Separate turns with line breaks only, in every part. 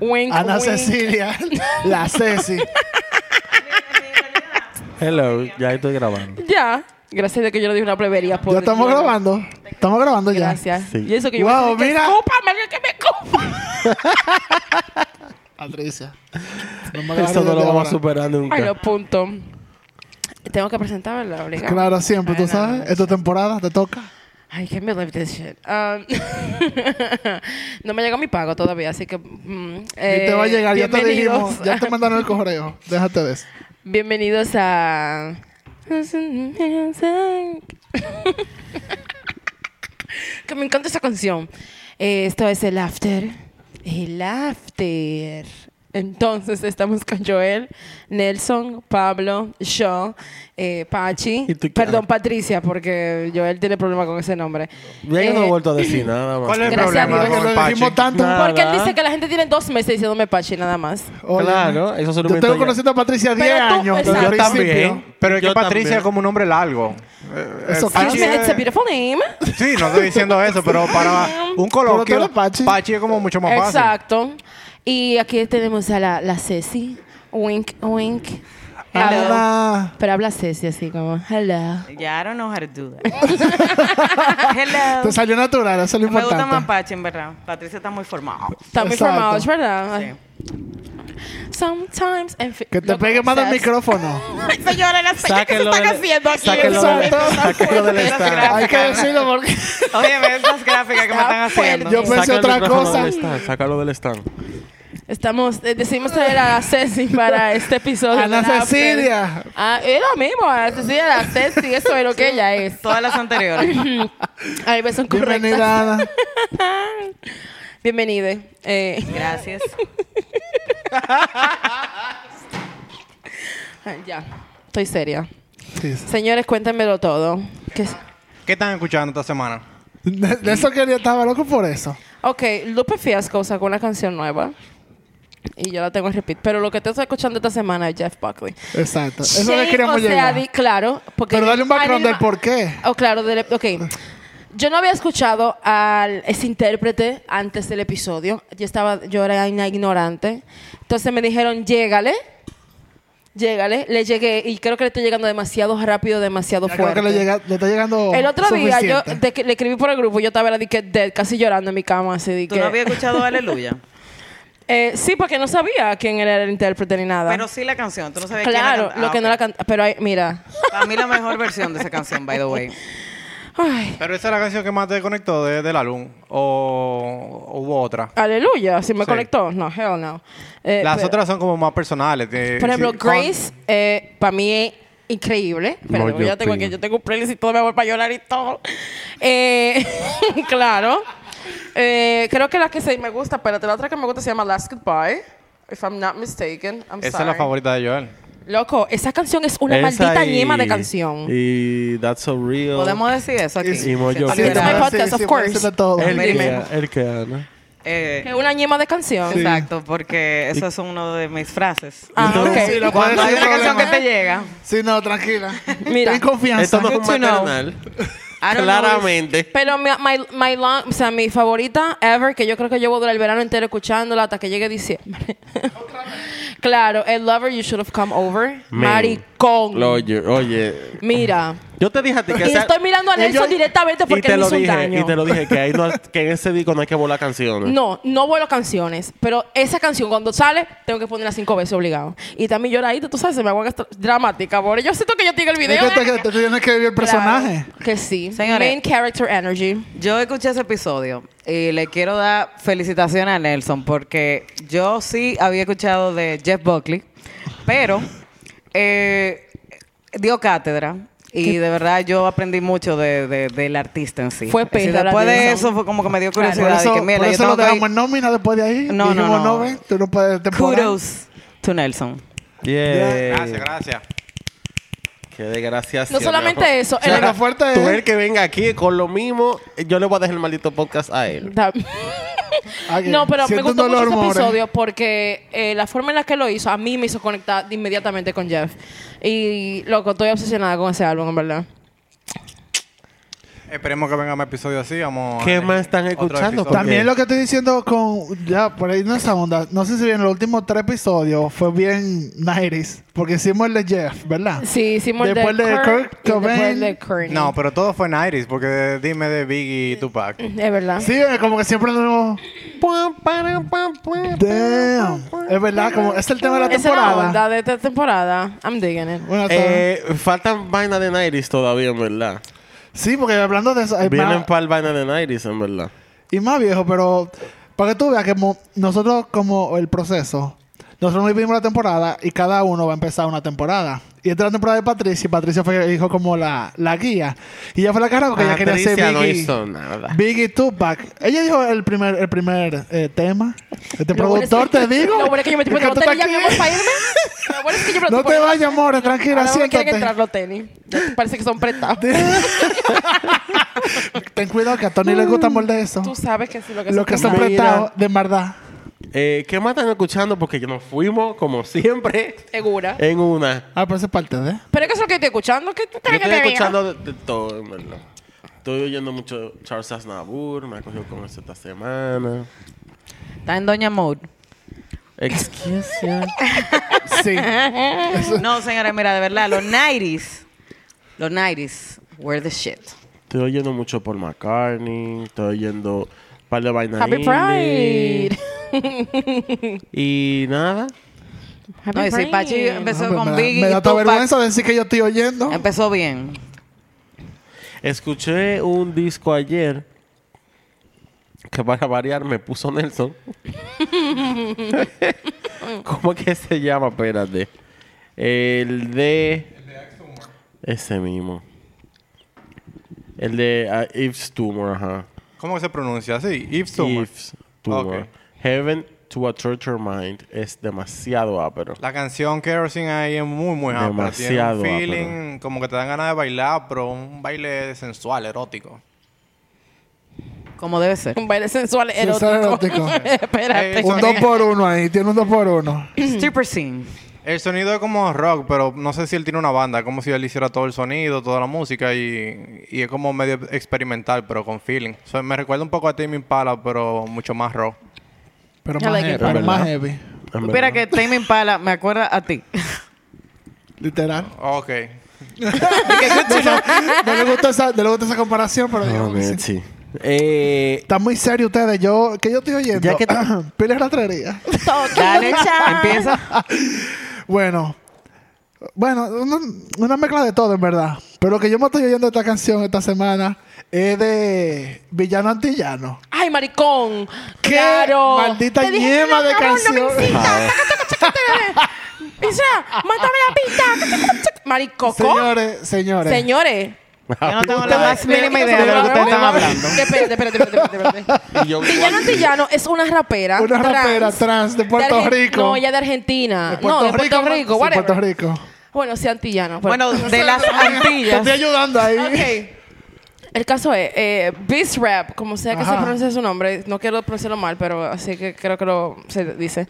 Wink,
Ana
wink.
Cecilia, la Ceci.
Hello, ya estoy grabando.
Ya. Gracias de que yo le dije una plebería. por
Ya estamos
Dios.
grabando. Estamos grabando ya.
Gracias.
Sí.
Y eso que yo
Wow,
voy a tener
mira.
que escúpame, alguien que me escupa.
Patricia. No me agarres
Eso no
desde
lo vamos a
ahora.
superar
Ay, lo
nunca.
punto. Tengo que presentarla, obligado.
Claro, siempre,
Ay,
tú
no,
sabes.
no.
Esta temporada te toca.
I can't believe this shit. Um, no me llegó mi pago todavía, así que. mm,
y te va a
eh,
llegar, ya te
bienvenidos
dijimos. Ya te mandaron el correo. Déjate de eso.
Bienvenidos a. que me encanta esa canción. Eh, Esto es el after. El after. Entonces estamos con Joel, Nelson, Pablo, yo, eh, Pachi.
¿Y tú qué?
Perdón, Patricia, porque Joel tiene problema con ese nombre.
Ya yo no he vuelto a decir nada más.
¿Cuál es el
Eh, Gracias,
problema
amigo.
con
Lo dijimos
Pachi?
tanto.
Nada.
Porque él dice que la gente tiene dos meses diciéndome Pachi nada más.
Oye,
Claro, eso se lo
Yo
invento
tengo
yo.
conociendo a Patricia
Pero
10
tú-
años. desde
exacto.
el
Yo también.
Pero es que
Yo
Patricia es
también.
como un nombre largo.
Eso
Eh,
Ah,
Excuse
sí,
Pachi
me,
es-
it's a beautiful name.
Sí, no estoy diciendo eso, pero para un
Pero tú
coloquio,
eres Pachi.
Pachi. es como mucho más fácil.
Exacto. Y aquí tenemos a la, la Ceci. Wink, wink. Hello.
Ana.
Pero habla Ceci así como, hello.
Ya, I don't know how to do that. Hello.
Te salió natural, eso es lo
Me gusta
importante.
más Pachi, en verdad. Patricia está muy formal.
Está muy
Exacto.
formal, ¿verdad?
Sí.
Sometimes. en fin,
que te
loco,
pegue más
o sea,
del micrófono.
Señores, las cosas que se
Sáquenlo
están
del-
haciendo aquí.
sáquenlo del- sáquenlo del
Esas
stand.
gráficas.
Hay que decirlo porque
Oye, ve estas gráficas que me están haciendo.
yo pensé
Saca el
otra
micrófono
cosa.
del stand, Sácalo del stand.
Estamos, eh, decidimos traer a la Ceci para este episodio.
Ana
del After.
Cecilia.
Ah, es lo mismo, Ana Cecilia, la Ceci, eso es lo que ella es.
Todas las anteriores.
Ahí ves son correctas.
Bienvenida, Ana.
Bienvenida. Eh,
Gracias.
ya, estoy seria.
Sí, sí.
Señores, cuéntenmelo todo. ¿Qué es-
¿Qué están escuchando esta semana?
De, de eso quería, estaba loco por eso.
Ok, Lupe Fiasco sacó una canción nueva. Y yo la tengo en repeat. Pero lo que te estoy escuchando esta semana es Jeff Buckley.
Exacto. Eso
Sí,
le
o
queríamos
sea,
llegar.
di- claro. Porque
Pero dale un background
Anil-
del por qué.
Oh, claro, del, ok. Yo no había escuchado al ese intérprete antes del episodio. Yo estaba, yo era una ignorante. Entonces me dijeron, llégale. Llégale. Le llegué y creo que le estoy llegando demasiado rápido, demasiado
Ya creo
fuerte.
que le, llega- le está llegando.
El otro día yo
suficiente.
de que le escribí por el grupo, yo estaba de que dead, casi llorando en mi cama, así de
Tú
que-
no habías escuchado Aleluya.
Eh, sí, porque no sabía quién era el intérprete ni nada.
Pero sí la canción. Tú no sabías
claro,
quién la Ah,
lo que no la canta, pero hay, mira.
Para mí la mejor versión de esa canción, by the way.
Ay,
Pero esa es la canción que más te conectó de- del álbum. O o hubo otra.
aleluya, si me
Sí.
conectó. No, hell no. Eh,
Las
pero-
otras son como más personales. de-
Por ejemplo,
sí, con-
Grace, eh, para mí es increíble. Pero
No,
yo,
yo
tengo
opino.
que yo tengo un playlist y todo me voy para llorar y todo. Eh, claro. Eh, creo que la que sí me gusta, espérate, la otra que me gusta se llama Last Goodbye. If I'm not mistaken, I'm
Esa es
sorry. Eh,
la favorita de Joel.
Loco, esa canción es una
Esa
maldita
y-
ñema de canción.
Y That's So Real.
Podemos decir eso aquí.
Y Mojo
Se
King.
está
It's my
Sí,
liberando.
podcast, of
puede
course.
ser de todo.
El
Mary
que,
Mel.
el que gana.
Eh,
Es una ñema de canción.
Exacto, porque eso es uno de mis frases.
Ah,
No,
ok.
sí, lo puedes
Cuando hay
decir
una
sin
canción que
problema.
te llega,
Sí, no, tranquila.
Mira.
Ten confianza.
Esto no es un
Good to know.
maternal.
I don't
Claramente.
Pero mi, my, my long- o sea, mi favorita ever, que yo creo que llevo durante el verano entero escuchándola hasta que llegue diciembre. claro, El Lover You Should Have Come Over.
Men.
Maricón.
Lo Oye, oye.
Mira.
Yo te dije a ti que
Y
esa-
estoy mirando a Nelson directamente
y
porque
te
él me
lo
hizo un
dije,
daño.
y te lo dije que, ahí no, que en ese disco no hay que volar
Pues.
canciones.
No, no vuelo canciones, pero esa canción cuando sale tengo que ponerla cinco veces obligado. Y también lloradita, tú sabes, se me hago dramática, amor. Yo siento que yo tengo el video.
Es que te- te tienes que vivir el personaje.
Claro que sí.
Señores.
Main character energy.
Yo escuché ese episodio y le quiero dar felicitaciones a Nelson porque yo sí había escuchado de Jeff Buckley, pero eh, dio cátedra y de verdad yo aprendí mucho de, de- del artista en sí.
Fue
Y
pésaro,
Después de
Nelson.
eso fue como que me dio
Claro.
curiosidad.
Por eso,
y que, mira,
por
yo
eso lo
tengo que-
dejamos en nómina después de ahí.
No, no,
Dijimos,
no.
ven, tú no puedes temporada.
Kudos to Nelson.
Eh,
Yeah.
Gracias, gracias.
Qué desgracia.
No solamente eso,
O sea,
el-
la fuerte
Tú
es-
el que venga aquí con lo mismo, yo le voy a dejar el maldito podcast a él.
Da-
Ay, que
No, pero me
siento
gustó
un
mucho
dolor,
este
more.
episodio porque eh, la forma en la que lo hizo a mí me hizo conectar de- inmediatamente con Jeff. Y loco, estoy obsesionada con ese álbum, en verdad.
Esperemos que venga más episodio así. Vamos a-
¿Qué más están
otro
escuchando?
episodio.
También
Ok.
lo que estoy diciendo con. Ya, por ahí no esa onda. No sé si bien los últimos tres episodios fue bien 90s. Porque hicimos el de Jeff, ¿verdad?
Sí, hicimos el
Después de
y
Kurt
después el
Cobain.
de Courtney.
No, pero todo fue 90s, porque dime de Biggie y Tupac.
Es verdad.
Sí, eh, como que siempre lo. Damn. Es verdad, como es el tema de la
Esa es la
temporada.
onda de esta temporada. I'm digging it.
Bueno,
Eh, faltan vainas de 90s todavía, en verdad.
está- sí, porque hablando de eso. hay
Vienen
más-
par vainas de 90s, en verdad.
Y más viejo, pero para que tú veas que mo- nosotros como el proceso, nosotros vivimos la temporada y cada uno va a empezar una temporada. Y esta es la temporada de Patricia, y Patricia fue dijo como la, la guía. Y ella fue la cara porque ella quería
Patricia
ser Biggie.
no hizo nada.
Biggie Tupac. Ella dijo el primer, el primer eh, tema. Este
Lo bueno es
productor
que-
te digo.
Lo bueno es que yo me estoy
es que
poniendo
tú
los tenis ya, mi
estás aquí.
amor, para irme. Lo bueno es que yo me los
No
estoy
te
poniendo.
vayas, amor, tranquila,
Ahora me quieren
siéntate.
entrar los tenis. Ya Parece que son prestados.
Ten cuidado que a Tony le gusta morder eso.
Tú sabes que sí lo que
Lo que
son
está
Mira.
apretado de verdad.
Eh, ¿Qué más están escuchando? Porque nos fuimos, como siempre,
segura.
en una.
Ah, pero esa es parte de.
Pero ¿qué es lo que estoy escuchando? ¿Qué tú
Yo
crees que
estoy
te diga?
escuchando de, de todo, en verdad. Estoy oyendo mucho Charles Aznavour, me ha cogido con eso esta semana.
Está en Doña Mode.
Excuse
Sí.
No, señores, mira, de verdad, los 90s. Los 90s were the shit.
Estoy oyendo mucho Paul McCartney, estoy oyendo un par de vainas
Happy
indie.
Pride.
Y nada.
Happy
No, y si
Pride.
Pachi empezó
No,
con
me da-
Biggie
Me
y
da toda
Tupac,
vergüenza decir que yo estoy oyendo.
Empezó bien.
Escuché un disco ayer que para variar me puso Nelson. ¿Cómo que se llama? Espérate. El de... Ese mismo. El de ah, Yves Tumor, ajá.
¿Cómo que se pronuncia así? Yves Tumor.
Yves Tumor.
Ok.
Heaven to a Torture Mind es demasiado ápero.
La canción Kerosene ahí es muy, muy ápera. Tiene
Demasiado
un feeling como que te dan ganas de bailar, pero un baile sensual, erótico.
Como debe ser.
Un baile sensual erótico.
Sensual erótico.
Espérate.
Eh,
Un 2 por 1 ahí, tiene un 2 por 1
Stripper scene.
El sonido es como rock, pero no sé si él tiene una banda. Como si él hiciera todo el sonido, toda la música y, y es como medio experimental, pero con feeling. O sea, me recuerda un poco a Timmy Impala, pero mucho más rock.
Pero
Ya
más,
la
heavy,
quité.
pero más
¿Verdad?
heavy.
En
Supiera
verdad.
que Tame Impala me acuerda a ti.
Literal.
Ok.
no, le gusta esa, no le gusta esa comparación, pero
Ah,
digamos que
man,
sí.
sí. Eh,
Están muy serios ustedes. Yo, que yo estoy oyendo.
Ya que-
Pila de ratrería.
Dale, empieza.
Bueno. Bueno, una, una mezcla de todo, en verdad. Pero lo que yo me estoy oyendo esta canción esta semana es de Villano Antillano.
Ay, maricón.
¿Qué?
Claro.
Maldita
Te dije,
ñema
no,
de
cabrón, No
canción.
me incitas. Taca, taca, taca, taca. Isa, mátame la pista. Taca, taca, taca. Maricocó.
Señores, señores.
Señores.
Yo no tengo la
Ustedes-
más mínima idea de lo que ustedes están hablando.
Espérate, espérate, espérate, espérate.
y yo-
Tillano Antillano es una rapera.
Una rapera trans de Puerto
Argen-
Rico.
No, ella de Argentina. no, de Puerto
¿no?
Rico.
Sí,
whatever.
Puerto Rico.
Bueno, sí, antillano. pues. pero-
Bueno, de las
Te estoy
Antillas.
ayudando ahí.
Ok. El caso es, eh, Beast Rap, como sea que se
Ajá.
pronuncie su nombre, no quiero pronunciarlo mal, pero así que creo que lo se dice.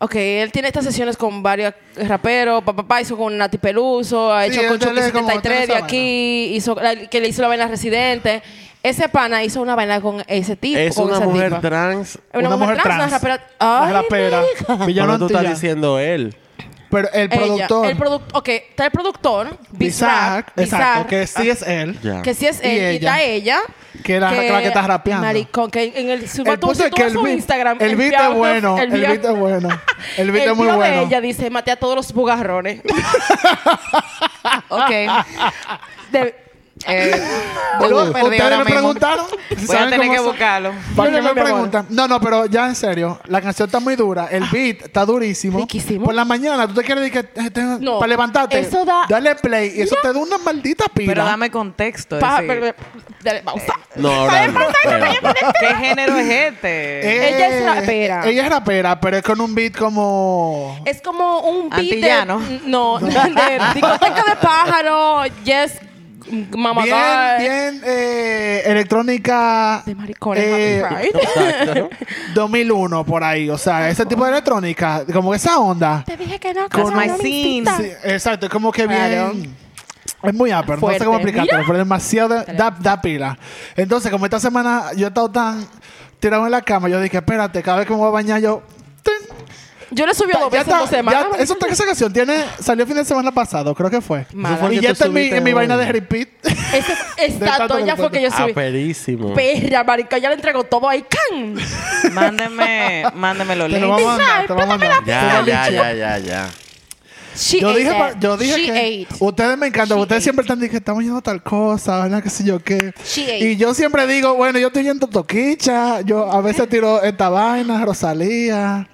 Ok, él tiene estas sesiones con varios raperos, papá, hizo con Nati Peluso, ha
Sí,
hecho con
él- él
Chucky
es como
73 de
toda esa
aquí, hizo, la- que le hizo la vaina residente. Ese pana hizo una vaina con ese tipo.
es
con
una
esa
mujer
tipa.
trans.
Una, mujer, trans, una rapera. Ay,
Una rapera.
marica.
Villano
Pero tú estás
Antillano.
diciendo él.
Pero el
Ella,
productor.
El productor. Ok, está el productor, Beast
Bizarre,
Rap,
exacto,
Bizarre,
que sí es él.
Ya.
Que si es
Y
él, y está ella.
Que era la que está rapeando.
Maricón, que en el... Si
El
tú,
punto
si
es
tú
que
vas
el
a su
beat,
Instagram...
el beat es
bio-
bueno, el
bio-
beat es bueno, el beat es muy
bio de
bueno.
ella dice, maté a todos los bugarrones.
Ok.
De-
Eh, yo
Lo-
me perdí
Ustedes
ahora
me
mismo.
preguntaron. si
Voy a
saben
tener
cómo
que
son.
buscarlo.
¿Para
No, no,
qué
no,
me
mi amor.
preguntan? No, no, pero ya en serio, la canción está muy dura, el beat está durísimo.
Riquísimo.
Por la mañana, tú te quieres decir que eh, tengo-
No,
para levantarte,
eso da-
dale play y eso te da una maldita pila.
Pero dame contexto. es
Pa-
decir,
pero- dale,
Eh,
pausa.
No, ahora no. espérate.
¿Qué género es este?
Eh,
ella es rapera.
Ella es rapera, pero es con un beat como
Es como un beat de-
Antillano.
No, de discoteca de pájaro, yes, mamá
bien,
God.
bien eh, electrónica
De maricones,
eh,
Happy Pride.
Exacto.
2001 por ahí, o sea, ese tipo de electrónica, como esa onda.
Te dije que no, que
Con
eso no
my
me
scene.
incita.
Sí, exacto, es como que
Claro.
bien. Es muy ápero, no sé
Fuerte.
cómo explicártelo,
Mira.
pero demasiado da, da, da pila. Entonces, como esta semana yo he estado tan tirado en la cama, yo dije, espérate, cada vez que me voy a bañar yo. tin,
Yo le subí a dos
ya
veces en
está,
dos semanas.
ya- eso, esa canción tiene, salió el fin de semana pasado, creo que fue.
Mala.
Y ya está en mi, en mi vaina de repeat.
Ese es- exacto,
tanto que
ya
le
fue que
Ah,
yo
pues.
subí.
Aperísimo.
Perra, marica, ya le entregó todo ahí. ¡Can!
Mándeme, mándeme los
te lo
links.
vamos a mandar, te lo vamos a mandar.
Ya, ya, ya, ya, ya.
She
Yo
ate
dije, pa-
that.
yo dije
She
que
ate.
ustedes me encantan,
She
ustedes
ate.
siempre están diciendo que estamos yendo a tal cosa, ¿verdad? Que sé yo qué.
She ate.
Y yo siempre digo, bueno, yo estoy yendo a Toquicha, yo a veces tiro esta vaina, Rosalía,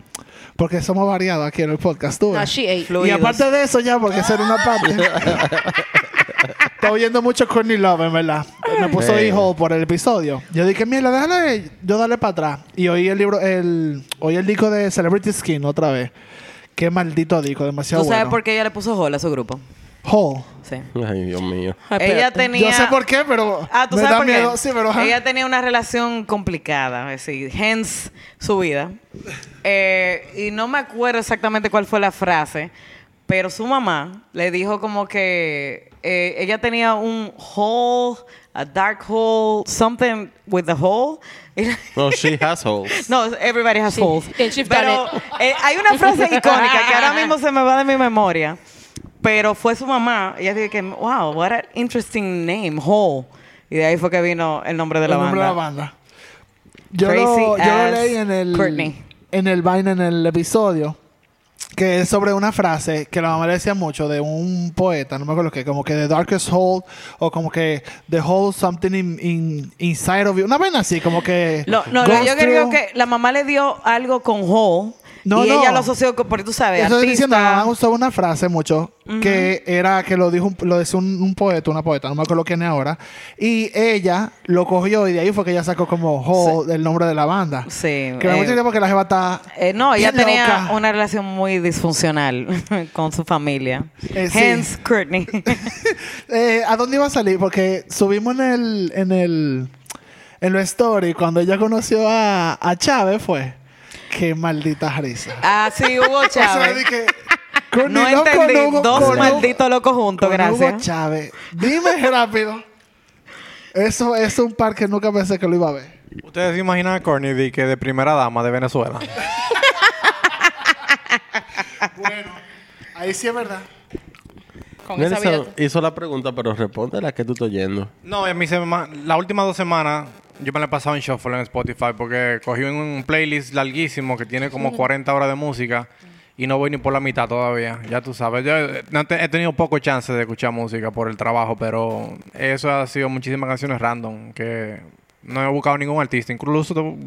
porque somos variados aquí en el podcast, tú. ves.
No, she ate.
y aparte de eso ya, porque ser una parte. Estaba oyendo mucho Courtney Love, en verdad. Me puso
Sí.
hijo por el episodio. Yo dije, mira, déjale, yo dale para atrás. Y oí el libro, el, oí el disco de Celebrity Skin otra vez. Qué maldito disco,
¿Tú
demasiado
sabes
bueno.
por qué ella le puso hola a su grupo?
Hole.
Sí.
Ay, Dios mío.
Ay,
Ella
espérate.
tenía...
Yo sé por qué, pero
Ah, ¿tú
me
sabes
da
por
miedo.
qué?
Sí, pero ajá.
Ella tenía una relación complicada, es decir, hence su vida. Eh, y no me acuerdo exactamente cuál fue la frase, pero su mamá le dijo como que eh, ella tenía un hole, a dark hole, something with a hole. Y la-
No, she has holes.
No, everybody has
Sí,
holes.
and she's done
Pero
it.
eh, hay una frase icónica que ahora mismo se me va de mi memoria. Pero fue su mamá. Ella dijo que, wow, what an interesting name, Hole. Y de ahí fue que vino el nombre de
El
la
nombre de
banda.
la banda. Yo,
Crazy
lo, yo lo
as
leí en el,
Courtney.
en el vaina, en el episodio, que es sobre una frase que la mamá le decía mucho de un poeta, no me acuerdo qué, como que the darkest hole, o como que the hole something in- in- inside of you. Una vaina así, como que.
Lo- no,
goes
lo- yo creo
through-
que la mamá le dio algo con Hole.
No,
y
no.
ella lo asoció con, porque tú sabes,
Eso estoy diciendo, la mamá
artista.
usó una frase mucho que era que lo dijo un- lo decía un, un poeta, una poeta, no me acuerdo quién es ahora, y ella lo cogió y de ahí fue que ella sacó como Hole el nombre de la banda.
Sí,
Que me
eh,
gusta porque la jeva está
Eh, no, ella
bien
tenía
loca.
una relación muy disfuncional con su familia.
Eh, sí.
Hence, Courtney.
Eh, ¿A dónde iba a salir? Porque subimos en el en el en lo story cuando ella conoció a, a Chávez fue qué maldita risa.
ah, sí, Hugo
O sea,
Chávez.
dije, con
No
mi loco,
entendí.
con Hugo-
Dos
con Hugo-
malditos locos juntos,
con Hugo
gracias.
Chávez. Dime rápido. Eso es un par que nunca pensé que lo iba a ver.
Ustedes se imaginan a Courtney Di que de primera dama de Venezuela.
Ahí sí es verdad.
Con esa
Nelson
vida-
hizo la pregunta, pero responde la que tú estás oyendo.
No, en mi sema- la última dos semanas yo me la he pasado en shuffle en Spotify porque cogí un playlist larguísimo que tiene como 40 horas de música y no voy ni por la mitad todavía. Ya tú sabes, yo eh, no te- he tenido poco chance de escuchar música por el trabajo, pero eso ha sido muchísimas canciones random que no he buscado ningún artista. Incluso tu-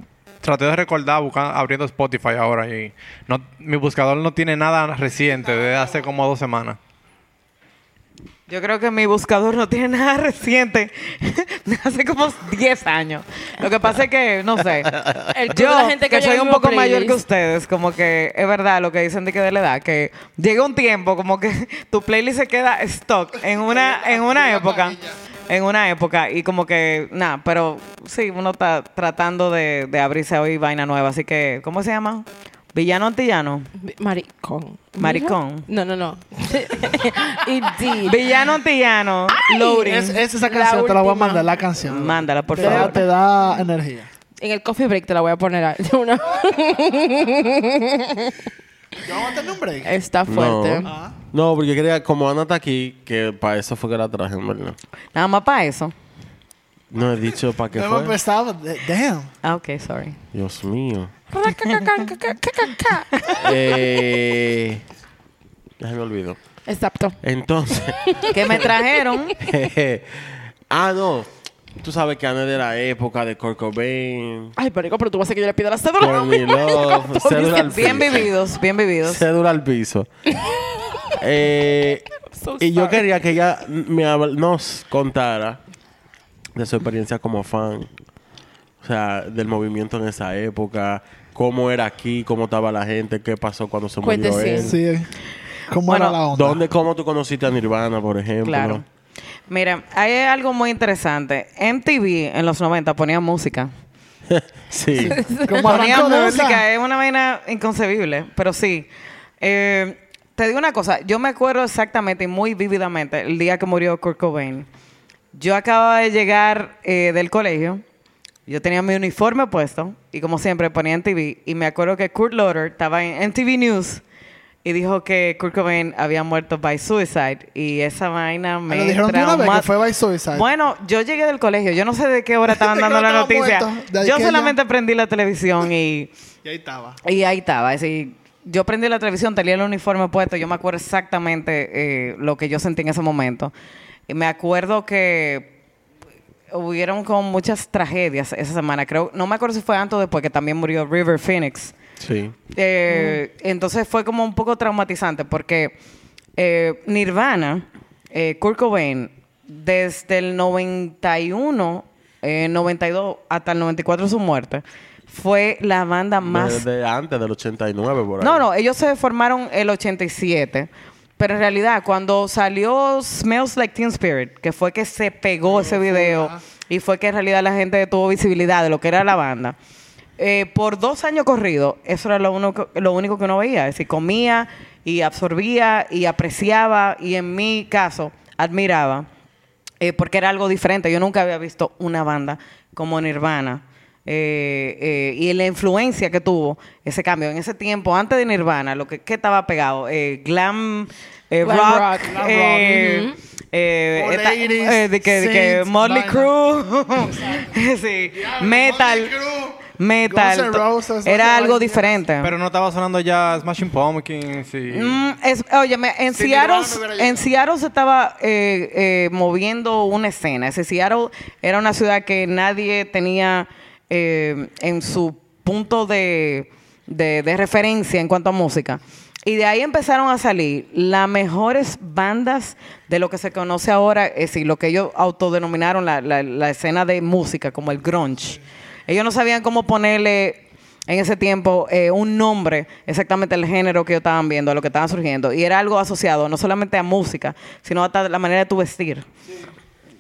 traté de recordar busca- abriendo Spotify ahora y no, mi buscador no tiene nada reciente desde hace como dos semanas.
Yo creo que mi buscador no tiene nada reciente. Hace como 10 años. Lo que pasa es que, no sé.
El club de
Yo,
la gente
que
que
soy
oye
un
el
poco
mismo
mayor que
playlist.
ustedes, como que es verdad lo que dicen de que de la edad, que llega un tiempo como que tu playlist se queda stuck en una, en una época. En una época. Y como que, nada, pero sí, uno está tratando de, de abrirse hoy vaina nueva. Así que, ¿cómo se llama? Villano antillano.
Maricón.
Maricón.
No, no, no. Indeed.
Villano antillano. Loading.
Es, es esa
La
canción, te la voy a
última.
mandar, la canción.
Mándala, por
Te da-
favor.
te da energía.
En el coffee break te la voy a poner. ahí. Una-
Vamos a tener un break.
Está fuerte.
No. no, porque quería, como Ana está aquí, que para eso fue que la traje, en verdad.
Nada más para eso.
No he dicho para qué
No hemos
fue.
empezado. de- Damn.
Ah, ok, sorry.
Dios mío. eh, ya se me olvidó.
Exacto.
Entonces,
Que me trajeron.
jeje, Ah, no. Tú sabes que antes de la época de Kurt Cobain,
Ay, marico, pero tú vas a que yo le pida la cédula.
Courtney Love, cédula al
Bien
piso.
vividos, bien vividos.
Cédula al piso. Eh,
So
y yo
sorry.
quería que ella me habl- nos contara de su experiencia como fan. O sea, del movimiento en esa época, cómo era aquí, cómo estaba la gente, qué pasó cuando se
Pues
murió
Cuéntese.
él.
Sí. ¿Cómo
Bueno,
era la onda?
¿Dónde, cómo tú conociste a Nirvana, por ejemplo?
Claro. Mira, hay algo muy interesante. MTV en los 90 ponía música.
Sí.
¿Cómo
Ponía
arrancó de
música,
verdad?
es una vaina inconcebible, pero sí. Eh, te digo una cosa, yo me acuerdo exactamente y muy vívidamente el día que murió Kurt Cobain. Yo acababa de llegar eh, del colegio, yo tenía mi uniforme puesto y como siempre ponía en TV y me acuerdo que Kurt Loder estaba en MTV News y dijo que Kurt Cobain había muerto by suicide y esa vaina me
Ah, lo dijeron de una vez
trauma-
que fue by suicide.
Bueno, yo llegué del colegio, yo no sé de qué hora estaban
De que
dando la
no estaba
noticia.
muerto, de
Yo
aquella.
solamente prendí la televisión y
Y ahí estaba.
y ahí estaba. Es decir, yo prendí la televisión, tenía el uniforme puesto. Yo me acuerdo exactamente eh, lo que yo sentí en ese momento. Y me acuerdo que hubieron como muchas tragedias esa semana. Creo, no me acuerdo si fue antes o después que también murió River Phoenix.
sí.
Eh, Entonces fue como un poco traumatizante porque eh, Nirvana, eh, Kurt Cobain, desde el 91, eh, 92 hasta el 94 su muerte, fue la banda más...
Desde antes del 89, por ahí.
No, no, ellos se formaron el 87. Pero en realidad, cuando salió Smells Like Teen Spirit, que fue que se pegó ese video y fue que en realidad la gente tuvo visibilidad de lo que era la banda, eh, por dos años corridos, eso era lo, uno que- lo único que uno veía. Es decir, comía y absorbía y apreciaba y en mi caso admiraba, eh, porque era algo diferente. Yo nunca había visto una banda como Nirvana. Eh, eh, y la influencia que tuvo ese cambio en ese tiempo antes de Nirvana lo que, que estaba pegado Eh, glam, eh,
Glam
rock,
rock, glam rock,
eh,
ujú.
eh,
Four
esta-
Ladies,
eh, de que, de que
Saints,
Motley
vaina.
Crue sí, metal
Guns
metal
N' Roses,
era
esa
algo
vaina.
diferente
Pero no estaba sonando ya Smashing Pumpkins y...
Em. Mm, es- óyeme, en
Sin
Seattle,
Nirvana no hubiera
en
llegado.
Seattle se estaba eh, eh, moviendo una escena. Ese Seattle era una ciudad que nadie tenía eh, en su punto de, de- de referencia en cuanto a música. Y de ahí empezaron a salir las mejores bandas de lo que se conoce ahora, es decir, lo que ellos autodenominaron la, la- la escena de música, como el grunge. Ellos no sabían cómo ponerle en ese tiempo eh, un nombre exactamente al género que ellos estaban viendo, a lo que estaban surgiendo. Y era algo asociado no solamente a música, sino hasta la manera de tu vestir.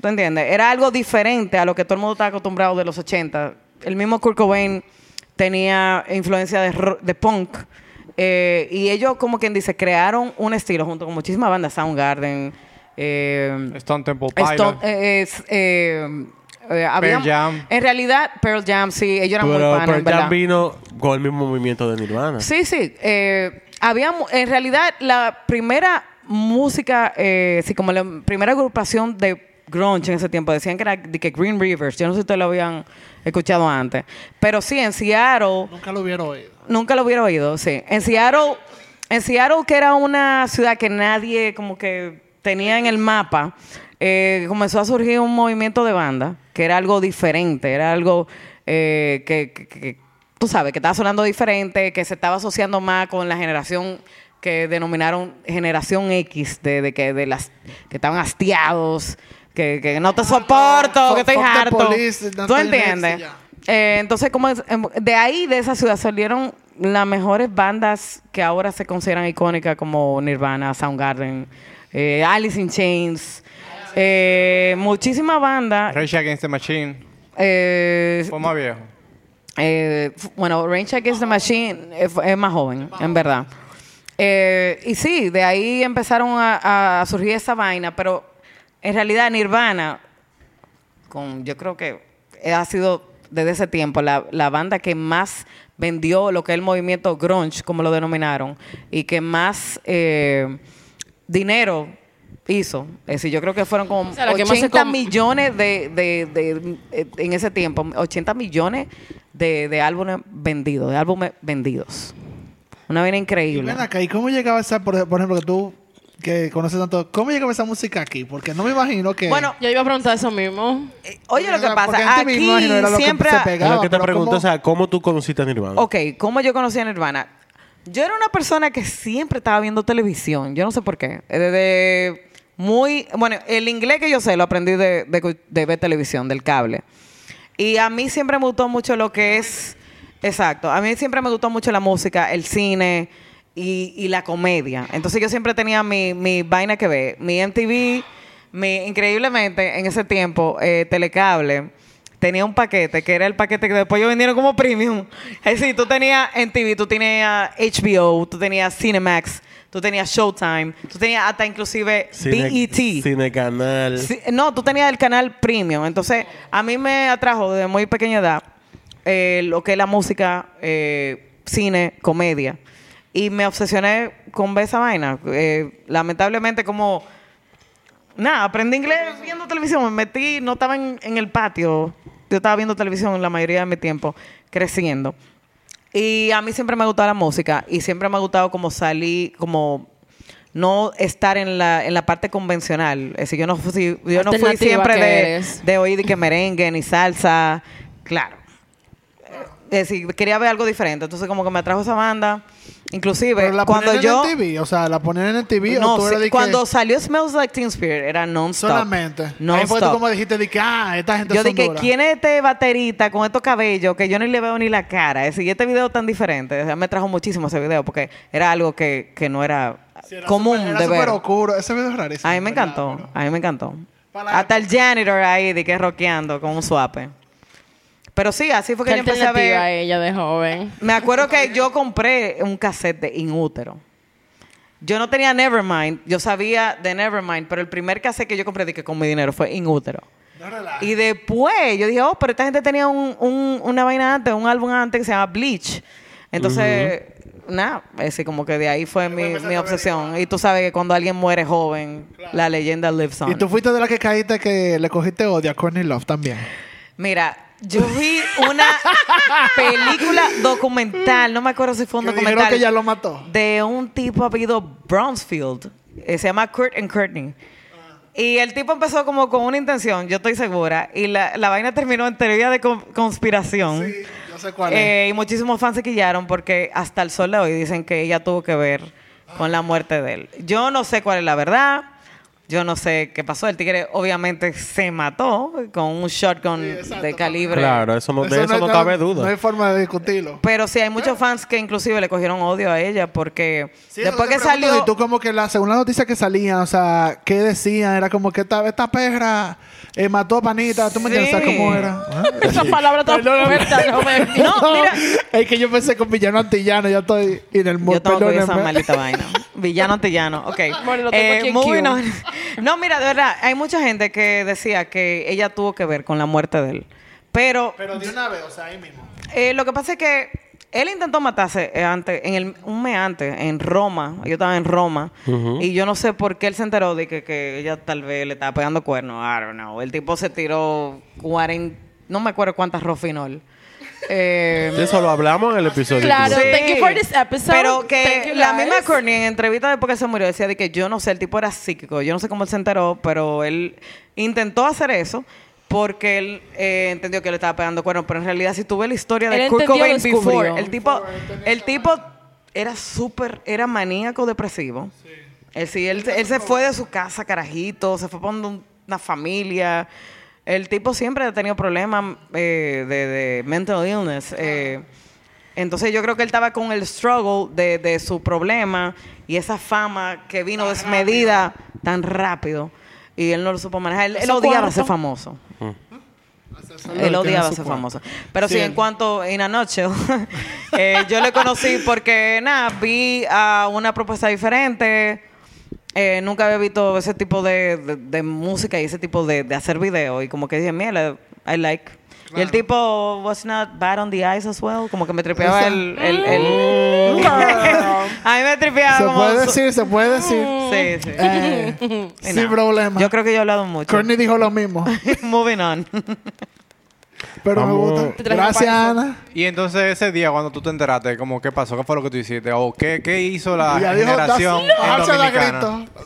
¿Tú entiendes? Era algo diferente a lo que todo el mundo estaba acostumbrado de los 80. El mismo Kurt Cobain tenía influencia de, ro- de punk. eh, y ellos, como quien dice, crearon un estilo junto con muchísimas bandas, Soundgarden, eh,
Stone Temple Pilots.
Stone- eh, es- eh, eh, había-
Jam.
En realidad, Pearl Jam, sí, ellos eran muy
Pero,
panos,
pero
en
ya
verdad.
vino con el mismo movimiento de Nirvana.
Sí, sí. eh, había, mu- en realidad, la primera música, eh, sí, como la primera agrupación de grunge en ese tiempo, decían que era de que Green Rivers. Yo no sé si ustedes lo habían escuchado antes. Pero sí, en Seattle,
Nunca lo hubiera oído.
nunca lo hubiera oído, sí. En Seattle, en Seattle, que era una ciudad que nadie como que tenía en el mapa, eh, comenzó a surgir un movimiento de banda, que era algo diferente, era algo eh, que, que- que- tú sabes, que estaba sonando diferente, que se estaba asociando más con la generación que denominaron generación X, de, de que de las que estaban hastiados, que, que no te soporto,
Ah, Fuck
que estoy
the
harto.
police, no
¿Tú
estoy en X y
entiendes?
ya.
Eh, entonces, como es- em, de ahí, de esa ciudad, salieron las mejores bandas que ahora se consideran icónicas como Nirvana, Soundgarden, eh, Alice in Chains, eh, muchísimas bandas.
Rage Against the Machine.
eh,
Fue más viejo.
eh, f- bueno, Range Against the Machine eh, fu- es, más joven, en verdad. Eh, y sí, de ahí empezaron a, a surgir esa vaina, pero en realidad Nirvana, con, yo creo que ha sido desde ese tiempo la, la banda que más vendió lo que es el movimiento grunge, como lo denominaron, y que más eh, dinero hizo. Es decir, yo creo que fueron como
O sea, la que más se
80
com-
millones de, de- de- eh, en ese tiempo, 80 millones de, de álbumes vendidos, de álbumes vendidos. Una vaina
Y
increíble.
ven acá, ¿y cómo llegaba esa, por, por ejemplo, que tú que conoce tanto, ¿cómo llegó esa música aquí? Porque no me imagino que.
Bueno,
Yo iba a preguntar eso mismo.
Eh, Oye, lo que
Porque
pasa,
MTV,
aquí
imagino, era lo que
siempre...
se pegaba.
Es lo que te
pero
pregunto,
¿cómo?
o sea, ¿cómo tú conociste a Nirvana?
Ok, ¿cómo yo conocí a Nirvana? Yo era una persona que siempre estaba viendo televisión. Yo no sé por qué. Eh, Desde muy... Bueno, el inglés que yo sé lo aprendí de, de cu- de ver televisión, del cable. Y a mí siempre me gustó mucho lo que es... Exacto. A mí siempre me gustó mucho la música, el cine y, y la comedia. Entonces yo siempre tenía mi, mi vaina que ver. Mi MTV, mi, increíblemente en ese tiempo, eh, Telecable tenía un paquete que era el paquete que después yo vendieron como premium. Es decir, tú tenías MTV, tú tenías HBO, tú tenías Cinemax, tú tenías Showtime, tú tenías hasta inclusive BET.
Cinecanal.
E Sí, no, tú tenías el canal premium. Entonces, a mí me atrajo desde muy pequeña edad eh, lo que es la música, eh, cine, comedia. Y me obsesioné con ver esa vaina. Eh, lamentablemente, como. Nada, aprendí inglés viendo televisión. Me metí, no estaba en, en el patio. Yo estaba viendo televisión la mayoría de mi tiempo, creciendo. Y a mí siempre me ha gustado la música y siempre me ha gustado como salir, como no estar en la, en la parte convencional. Es decir, yo no fui, yo no fui
Alternativa
siempre
que
de,
eres.
de oír de que merengue ni salsa. Claro. Es decir, quería ver algo diferente. Entonces como que me atrajo esa banda. Inclusive,
Pero la
cuando
ponían
yo...
en el TV, o sea, la ponían en el TV
No,
o tú
sí,
eras de que
cuando salió Smells Like Teen Spirit era non-stop.
solamente. Ahí fue que tú
Non-stop.
como dijiste de que ah, esta gente
Yo
es
dije,
dura.
¿quién es este baterita con estos cabellos que yo ni le veo ni la cara? Es decir, este video tan diferente. O sea, me trajo muchísimo ese video porque era algo que, que no era,
Sí, era
común
súper- era
de
súper
ver.
oscuro. Ese video es rarísimo.
A mí me
¿verdad?
encantó,
Pero-
a mí me encantó.
Para la
Hasta el janitor ahí, de que rockeando con un suape. Pero sí, así fue que
¿Qué
yo empecé a ver.
alternativa ella de joven?
Me acuerdo que yo compré un cassette de Inútero. Yo no tenía Nevermind, yo sabía de Nevermind, pero el primer cassette que yo compré de que con mi dinero fue Inútero. Y después yo dije, oh, pero esta gente tenía un, un- una vaina antes, un álbum antes que se llama Bleach. Entonces, nada, ese como que de ahí fue mi, mi obsesión. Y tú sabes que cuando alguien muere joven, la leyenda lives on.
Y tú fuiste de la que caíste que le cogiste odio a Courtney Love también.
Mira, yo vi una película documental, no me acuerdo si fue un
Que dijeron
documental.
que ella lo mató.
De un tipo apellido Brownsfield. Eh, se llama Kurt and Courtney. Y el tipo empezó como con una intención, yo estoy segura. Y la, la vaina terminó en teoría de con- conspiración.
Sí, yo sé cuál es.
Mm. Eh, y muchísimos fans se quillaron porque hasta el sol de hoy dicen que ella tuvo que ver con la muerte de él. Yo no sé cuál es la verdad. Yo no sé qué pasó. El tigre obviamente se mató con un shotgun
exacto,
de calibre.
Claro, eso no, de eso no,
hay-
cabe
No
duda.
hay forma de discutirlo.
Pero sí, hay muchos fans que inclusive le cogieron odio a ella porque
Sí, eso
después
te
que
pregunto,
salió...
Y tú como que la, según la noticia que salían, o sea, ¿qué decían? Era como que esta, esta perra eh, mató a Panita. ¿Tú me entiendes? O sea,
Sí.
¿cómo era?
Esa palabra tan fuerte, no me...
No, mira.
es que yo pensé con villano antillano. Yo estoy en el
Yo
mundo.
tengo que ver esa
perdónenme.
maldita vaina. Villano antillano. Ok.
Bueno, lo tengo aquí en
moving
queue.
on. No, mira, de verdad, hay mucha gente que decía que ella tuvo que ver con la muerte de él. Pero
Pero de una vez, o sea, ahí mismo.
Eh, lo que pasa es que él intentó matarse eh, antes, en el, un mes antes, en Roma. Yo estaba en Roma. Y yo no sé por qué él se enteró de que, que ella tal vez le estaba pegando cuernos. I don't know. El tipo se tiró 40, no me acuerdo cuántas rofinol. Eh,
De eso lo hablamos en el episodio.
Claro,
incluso.
thank you for this episode.
Pero
Thank
que
you,
la
guys.
misma Courtney en entrevista después que se murió decía de que yo no sé, el tipo era psíquico, yo no sé cómo él se enteró, pero él intentó hacer eso porque él eh, entendió que le estaba pegando cuernos, pero en realidad si tú ves la historia de
Él
Kurt
entendió,
Cobain
descubrió.
before, el tipo, el tipo era súper, era maníaco depresivo. Él, Eh, sí, él, él se fue de su casa, carajito, se fue con un- una familia. El tipo siempre ha tenido problemas eh, de, de mental illness. eh. entonces yo creo que él estaba con el struggle de, de su problema y esa fama que vino desmedida tan rápido. Y él no lo supo manejar. Él, él
Eso
odiaba
cuarto.
ser famoso.
Él
Él odiaba
tiene su cuarto.
ser famoso. Pero sí,
Sí, él-
en cuanto en anoche, yo le conocí porque, nada, vi a una propuesta diferente. Eh, nunca había visto ese tipo de, de- de música y ese tipo de, de hacer video. Y como que dije, mira, I like. Y el tipo was not bad on the eyes as well. Como que me tripeaba
Esa-
el... el, el- a mí me tripeaba
Mm. Se
como...
puede
su-
decir, se puede decir.
Sí, sí.
Eh,
Y
sin
nada.
problema.
Yo creo que yo he hablado mucho.
Courtney dijo lo mismo.
Moving on.
Pero
Vamos.
me gusta.
Te traje
Gracias,
para eso.
Ana.
Y entonces ese día cuando tú te enteraste, como qué pasó, qué fue lo que tú hiciste, o qué, qué hizo la
Ya dijo,
Ah, generación en
"Dársela a
dominicana.
grito".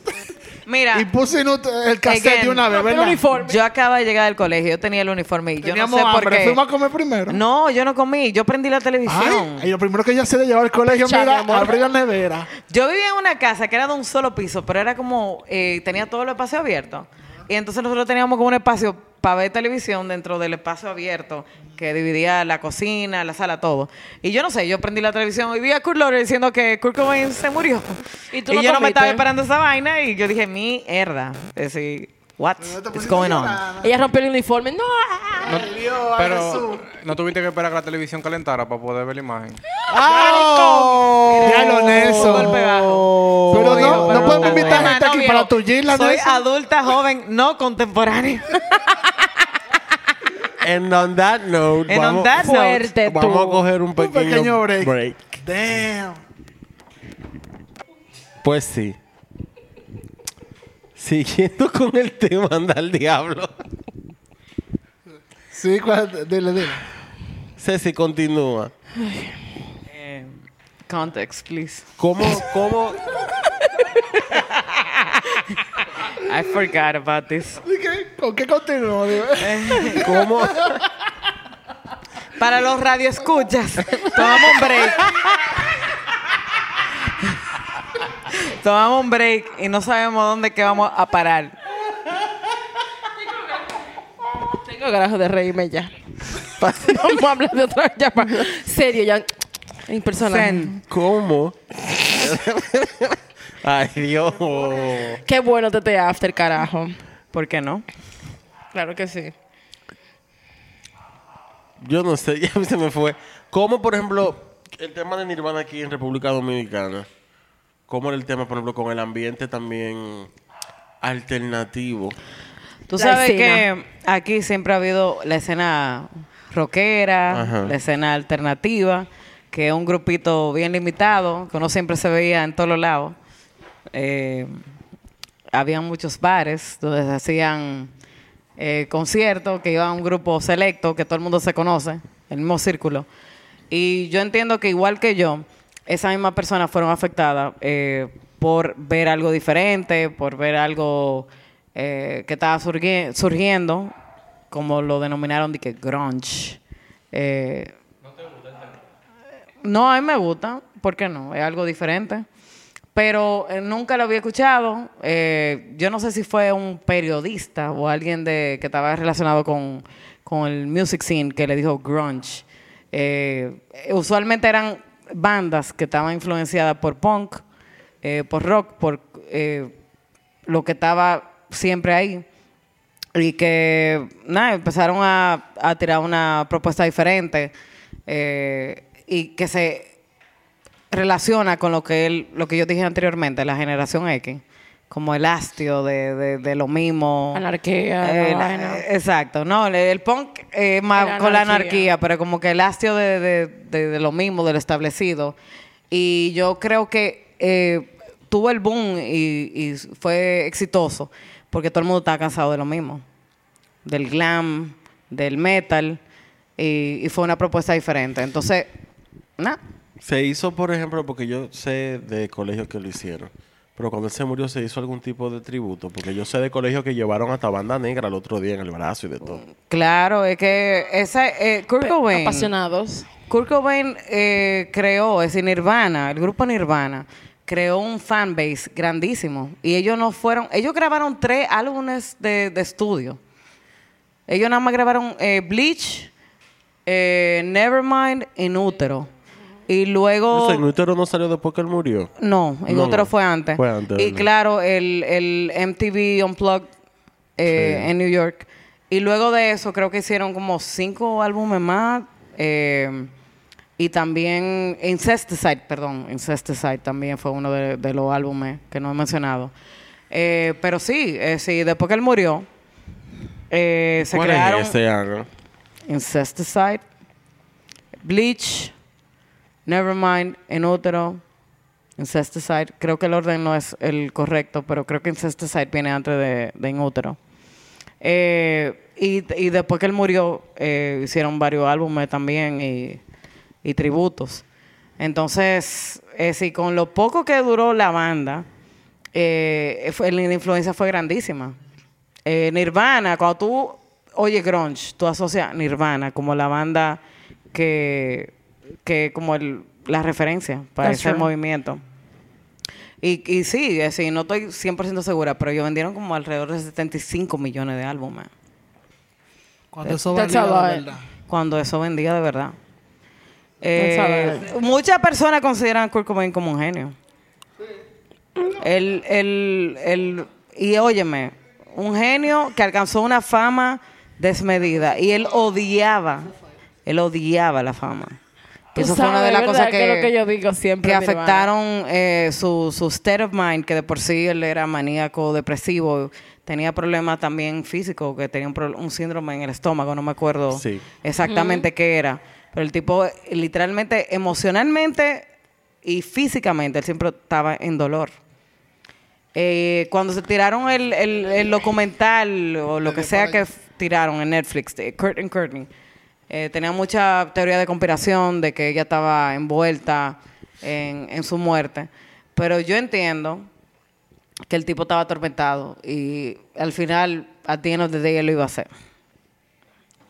Mira,
Y puse inut- el cassette de una vez,
Rompe
¿verdad?
uniforme.
yo acababa de llegar del colegio, yo tenía el uniforme y yo no
Teníamos
sé por
hambre.
qué.
Fuimos a comer primero.
No, yo no comí, yo prendí la televisión.
Ay, y lo primero que yo hacía de llevar al colegio,
Chale,
mira,
amor.
abrir la nevera.
Yo vivía en una casa que era de un solo piso, pero era como, eh, tenía todo el espacio abierto. Y entonces nosotros teníamos como un espacio para ver televisión dentro del espacio abierto, que dividía la cocina, la sala, todo. Y yo no sé, yo prendí la televisión y vi a Kurt Lawrence diciendo que Kurt Cobain se murió.
Y tú no
yo no me
comiste.
estaba esperando esa vaina y yo dije, mierda. Es decir, what is going on?
Ella rompió el uniforme. No. ah, ah, ah.
Pero no tuviste que esperar que la televisión calentara para poder ver la imagen.
¡Oh!
Ya lo Nelson.
Golpe bajo.
Pero
Obvio,
no- no
pero
podemos invitar
Ajá,
gente aquí
viejo.
para tullirla,
Soy
Nelson.
adulta, joven, no contemporánea.
And on that note,
And
vamos,
on that note,
Fuerte tú.
vamos a coger un
Un
pequeño,
pequeño break.
break.
Damn.
Pues sí. Siguiendo con el tema, anda al diablo.
Sí, cuál- dile, dile.
Ceci, continúa.
Eh, Context, please.
¿Cómo, cómo,
I forgot about this.
¿Y qué? ¿Con qué continúo? Digo,
cómo,
Para los radioescuchas, tomamos un break. tomamos un break y no sabemos dónde que vamos a parar.
ah. Tengo carajo de reírme ya. no me hables de otra ya. pa- Serio, ya. En persona.
Zen.
cómo? Ay, Dios.
Qué bueno te te after, carajo.
¿Por qué no?
Claro que sí.
Yo no sé, ya se me fue. ¿Cómo, por ejemplo, el tema de Nirvana aquí en República Dominicana? ¿Cómo era el tema, por ejemplo, con el ambiente también alternativo?
Tú
La
sabes
escena.
que aquí siempre ha habido la escena rockera,
Ajá.
la escena alternativa, que es un grupito bien limitado, que uno siempre se veía en todos los lados. Eh, habían muchos bares donde se hacían eh, conciertos, que iba un grupo selecto, que todo el mundo se conoce, el mismo círculo. Y yo entiendo que igual que yo, esas mismas personas fueron afectadas eh, por ver algo diferente, por ver algo eh, que estaba surgi- surgiendo, como lo denominaron de que grunge. Eh, no, a mí me gusta. ¿Por qué no? Es algo diferente. Pero eh, nunca lo había escuchado. Eh, yo no sé si fue un periodista o alguien de, que estaba relacionado con, con el music scene que le dijo grunge. Eh, eh, usualmente eran bandas que estaban influenciadas por punk, eh, por rock, por eh, lo que estaba siempre ahí. Y que, nada, empezaron a, a tirar una propuesta diferente eh, y que se relaciona con lo que él, lo que yo dije anteriormente, la generación X, como el hastio de, de, de lo mismo.
Anarquía. Ah,
Eh,
no,
la-
ay, no.
exacto, no, el, el punk eh, más
Era
con la
anarquía.
anarquía, pero como que el hastio de, de- de- de lo mismo, de lo establecido. Y yo creo que eh, tuvo el boom y, y fue exitoso, porque todo el mundo estaba cansado de lo mismo, del glam, del metal, y, y fue una propuesta diferente. Entonces, nada.
Se hizo, por ejemplo, porque yo sé de colegios que lo hicieron. Pero cuando él se murió, se hizo algún tipo de tributo. Porque yo sé de colegios que llevaron hasta banda negra el otro día en el brazo y de todo.
Claro, es que esa, eh, Kurt Cobain-
Apasionados.
Kurt Cobain eh, creó, es decir, Nirvana, el grupo Nirvana, creó un fanbase grandísimo. Y ellos no fueron, ellos grabaron tres álbumes de, de estudio. Ellos nada más grabaron eh, Bleach, eh, Nevermind, Inútero. Y luego...
No sé, Nutero no salió después que él murió.
No, en
No,
otro fue antes.
fue antes,
Y
¿no?
claro, el, el MTV Unplugged eh,
Sí.
en New York. Y luego de eso, creo que hicieron como cinco álbumes más. eh, y también Incesticide, perdón. Incesticide también fue uno de, de los álbumes que no he mencionado. Eh, pero sí, eh, sí, después que él murió, eh, se
¿Cuál
crearon
es ese este año?
Incesticide, Bleach, Nevermind, En Útero, Incesticide. Creo que el orden no es el correcto, pero creo que Incesticide viene antes de, de En Útero. Eh, y, y después que él murió, eh, hicieron varios álbumes también y, y tributos. Entonces, eh, sí, con lo poco que duró la banda, eh, fue- la influencia fue grandísima. Eh, Nirvana, cuando tú oyes grunge, tú asocias Nirvana como la banda que, que como el- la referencia para
That's
ese
right.
movimiento. Y, y sí, es decir, no estoy 100% segura, pero ellos vendieron como alrededor de 75 millones de álbumes.
Cuando eso
That's
valía,
a
la
lot.
verdad.
Cuando eso vendía de verdad.
That's
Eh,
a
muchas personas consideran a Kurt Cobain como un genio. El, el, el, y óyeme, un genio que alcanzó una fama desmedida. Y él odiaba, él odiaba la fama.
Tú
Eso fue una
sabes,
de las
¿verdad?
cosas
Que es lo que yo digo siempre,
que
mi hermana.
afectaron eh, su, su state of mind, que de por sí él era maníaco, depresivo, tenía problemas también físicos, que tenía un, pro- un síndrome en el estómago, no me acuerdo
Sí.
exactamente qué era. Pero el tipo, eh, literalmente, emocionalmente y físicamente, él siempre estaba en dolor. Eh, cuando se tiraron el, el- el documental o lo que sea que f- tiraron en Netflix, de Kurt and Courtney, eh, tenía mucha teoría de conspiración de que ella estaba envuelta en, en su muerte. Pero yo entiendo que el tipo estaba atormentado y al final, a ti of the day, él lo iba a hacer.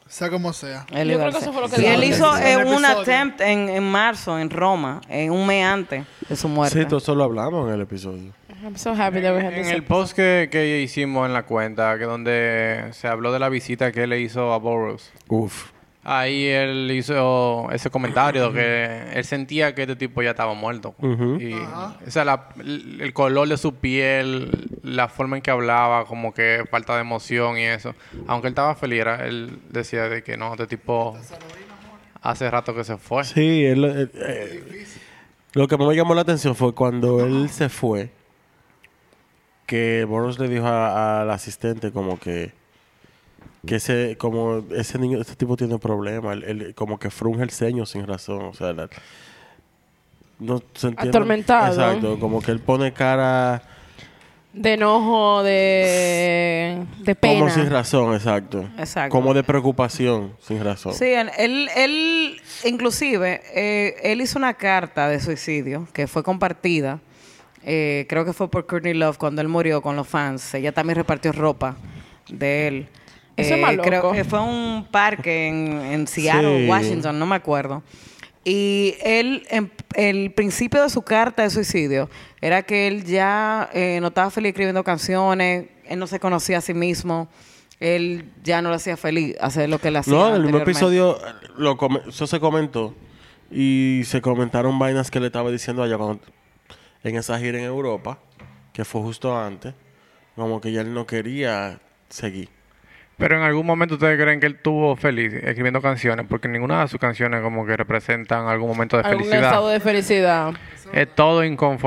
Sea como sea.
Él
Yo
iba a
creo que
hacer.
eso fue lo que
y
dijo.
él hizo
Un
eh, un
episodio.
attempt en, en marzo en Roma, en un mes antes de su muerte.
Sí, todo eso lo hablamos en el episodio.
I'm so happy that we had
En
this
el post que, que hicimos en la cuenta, que donde se habló de la visita que le hizo a Boros,
Uf.
ahí él hizo ese comentario que él sentía que este tipo ya estaba muerto.
Ujú.
Y, o sea, la- el el color de su piel, la forma en que hablaba, como que falta de emoción y eso. Aunque él estaba feliz, era- él decía de que no, este tipo hace rato que se fue.
Sí, él, eh, eh, lo que más me llamó la atención fue cuando él se fue, que Boros le dijo a- al asistente como que que ese como ese niño este tipo tiene problemas, él, él como que frunge el ceño sin razón, o sea, la- no se entiende.
Atormentado.
Exacto, como que él pone cara
De enojo, de, de pena.
como sin razón, exacto.
Exacto.
Como de preocupación sin razón.
Sí, él, él, él- inclusive, eh, él hizo una carta de suicidio que fue compartida. eh, creo que fue por Courtney Love cuando él murió con los fans. Ella también repartió ropa de él. Eh,
Eso es más loco.
creo que fue un parque en, en Seattle,
Sí.
Washington, no me acuerdo. Y él, en- el principio de su carta de suicidio era que él ya eh, no estaba feliz escribiendo canciones, él no se conocía a sí mismo, él ya no lo hacía feliz hacer lo que él hacía.
No, en el mismo
anteriormente.
episodio eh, lo come- eso se comentó y se comentaron vainas que le estaba diciendo allá cuando- en esa gira en Europa, que fue justo antes, como que ya él no quería seguir.
Pero en algún momento ustedes creen que él estuvo feliz escribiendo canciones, porque ninguna de sus canciones como que representan algún momento de
Algún
felicidad.
estado de felicidad.
Es todo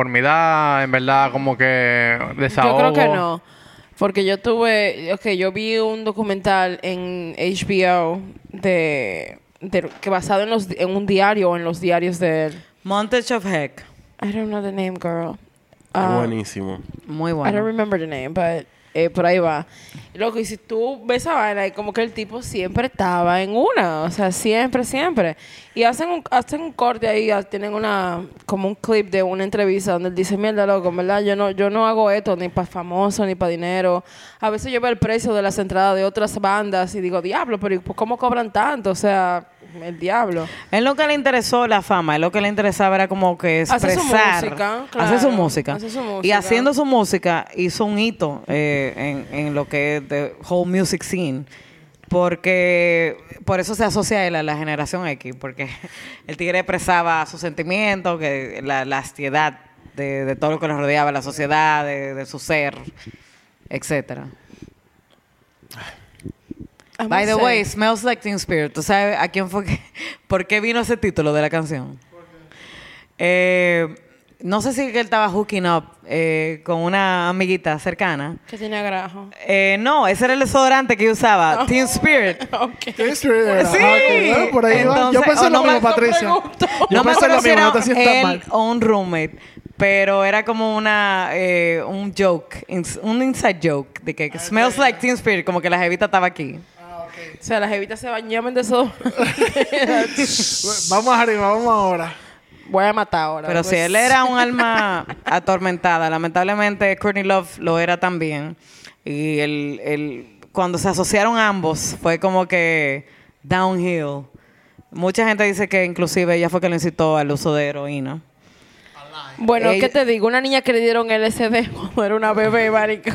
inconformidad, en verdad, como que desahogo.
Yo creo que no. Porque yo tuve, ok, yo vi un documental en HBO de, de- que basado en, los, en un diario o en los diarios de él.
Montage of Heck.
I don't know the name, girl.
Es
Ah,
Buenísimo.
Muy
I don't
bueno.
remember the name, but eh, por ahí va. Loco, y si tú ves esa vaina, y como que el tipo siempre estaba en una, o sea, siempre, siempre. Y hacen un, hacen un corte ahí, ah, tienen una, como un clip de una entrevista donde él dice, mierda, loco, en verdad, yo no, yo no hago esto ni para famoso, ni para dinero. A veces yo veo el precio de las entradas de otras bandas y digo, diablo, pero ¿y por ¿cómo cobran tanto? O sea, el diablo.
Él lo que le interesó la fama, él lo que le interesaba era como que
Hacer su
expresar.
música, claro.
hacer su música.
Hacer su
Y
música.
haciendo su música hizo un hito eh, en, en lo que es the whole music scene. Porque por eso se asocia él a la generación X, porque el tigre expresaba sus sentimientos, que la, la ansiedad de, de todo lo que nos rodeaba, la sociedad, de, de su ser, etcétera.
I'm
By the
upset.
way, Smells Like Teen Spirit. ¿Tú sabes a quién fue que... ¿Por qué vino ese título de la canción? Eh, no sé si que él estaba hooking up eh, con una amiguita cercana.
Que tiene grajo.
Eh, no, ese era el desodorante que yo usaba. Teen Spirit.
Ok.
pues Sí, era,
Sí.
ajá, que, ¿no? por ahí va.
Entonces,
oh,
Yo pensé lo
o no me-
mismo, Patricia.
pregunto.
Yo
no me
pensé
acuerdo
lo
si
mismo,
era
no te sientas
él
mal.
o un roommate. Pero era como una eh, un joke, ins- un inside joke de
Ah,
que smells like Teen Spirit, como que la jevita estaba aquí.
O sea, las evitas se bañaban de eso.
Vamos arriba, vamos ahora.
Voy a matar ahora.
Pero
pues.
si él era un alma atormentada, lamentablemente Courtney Love lo era también. Y el, el- cuando se asociaron ambos fue como que downhill. Mucha gente dice que inclusive ella fue que lo incitó al uso de heroína.
Bueno,
Ella-
¿qué te digo? Una niña que le dieron LSD cuando era una bebé, marico.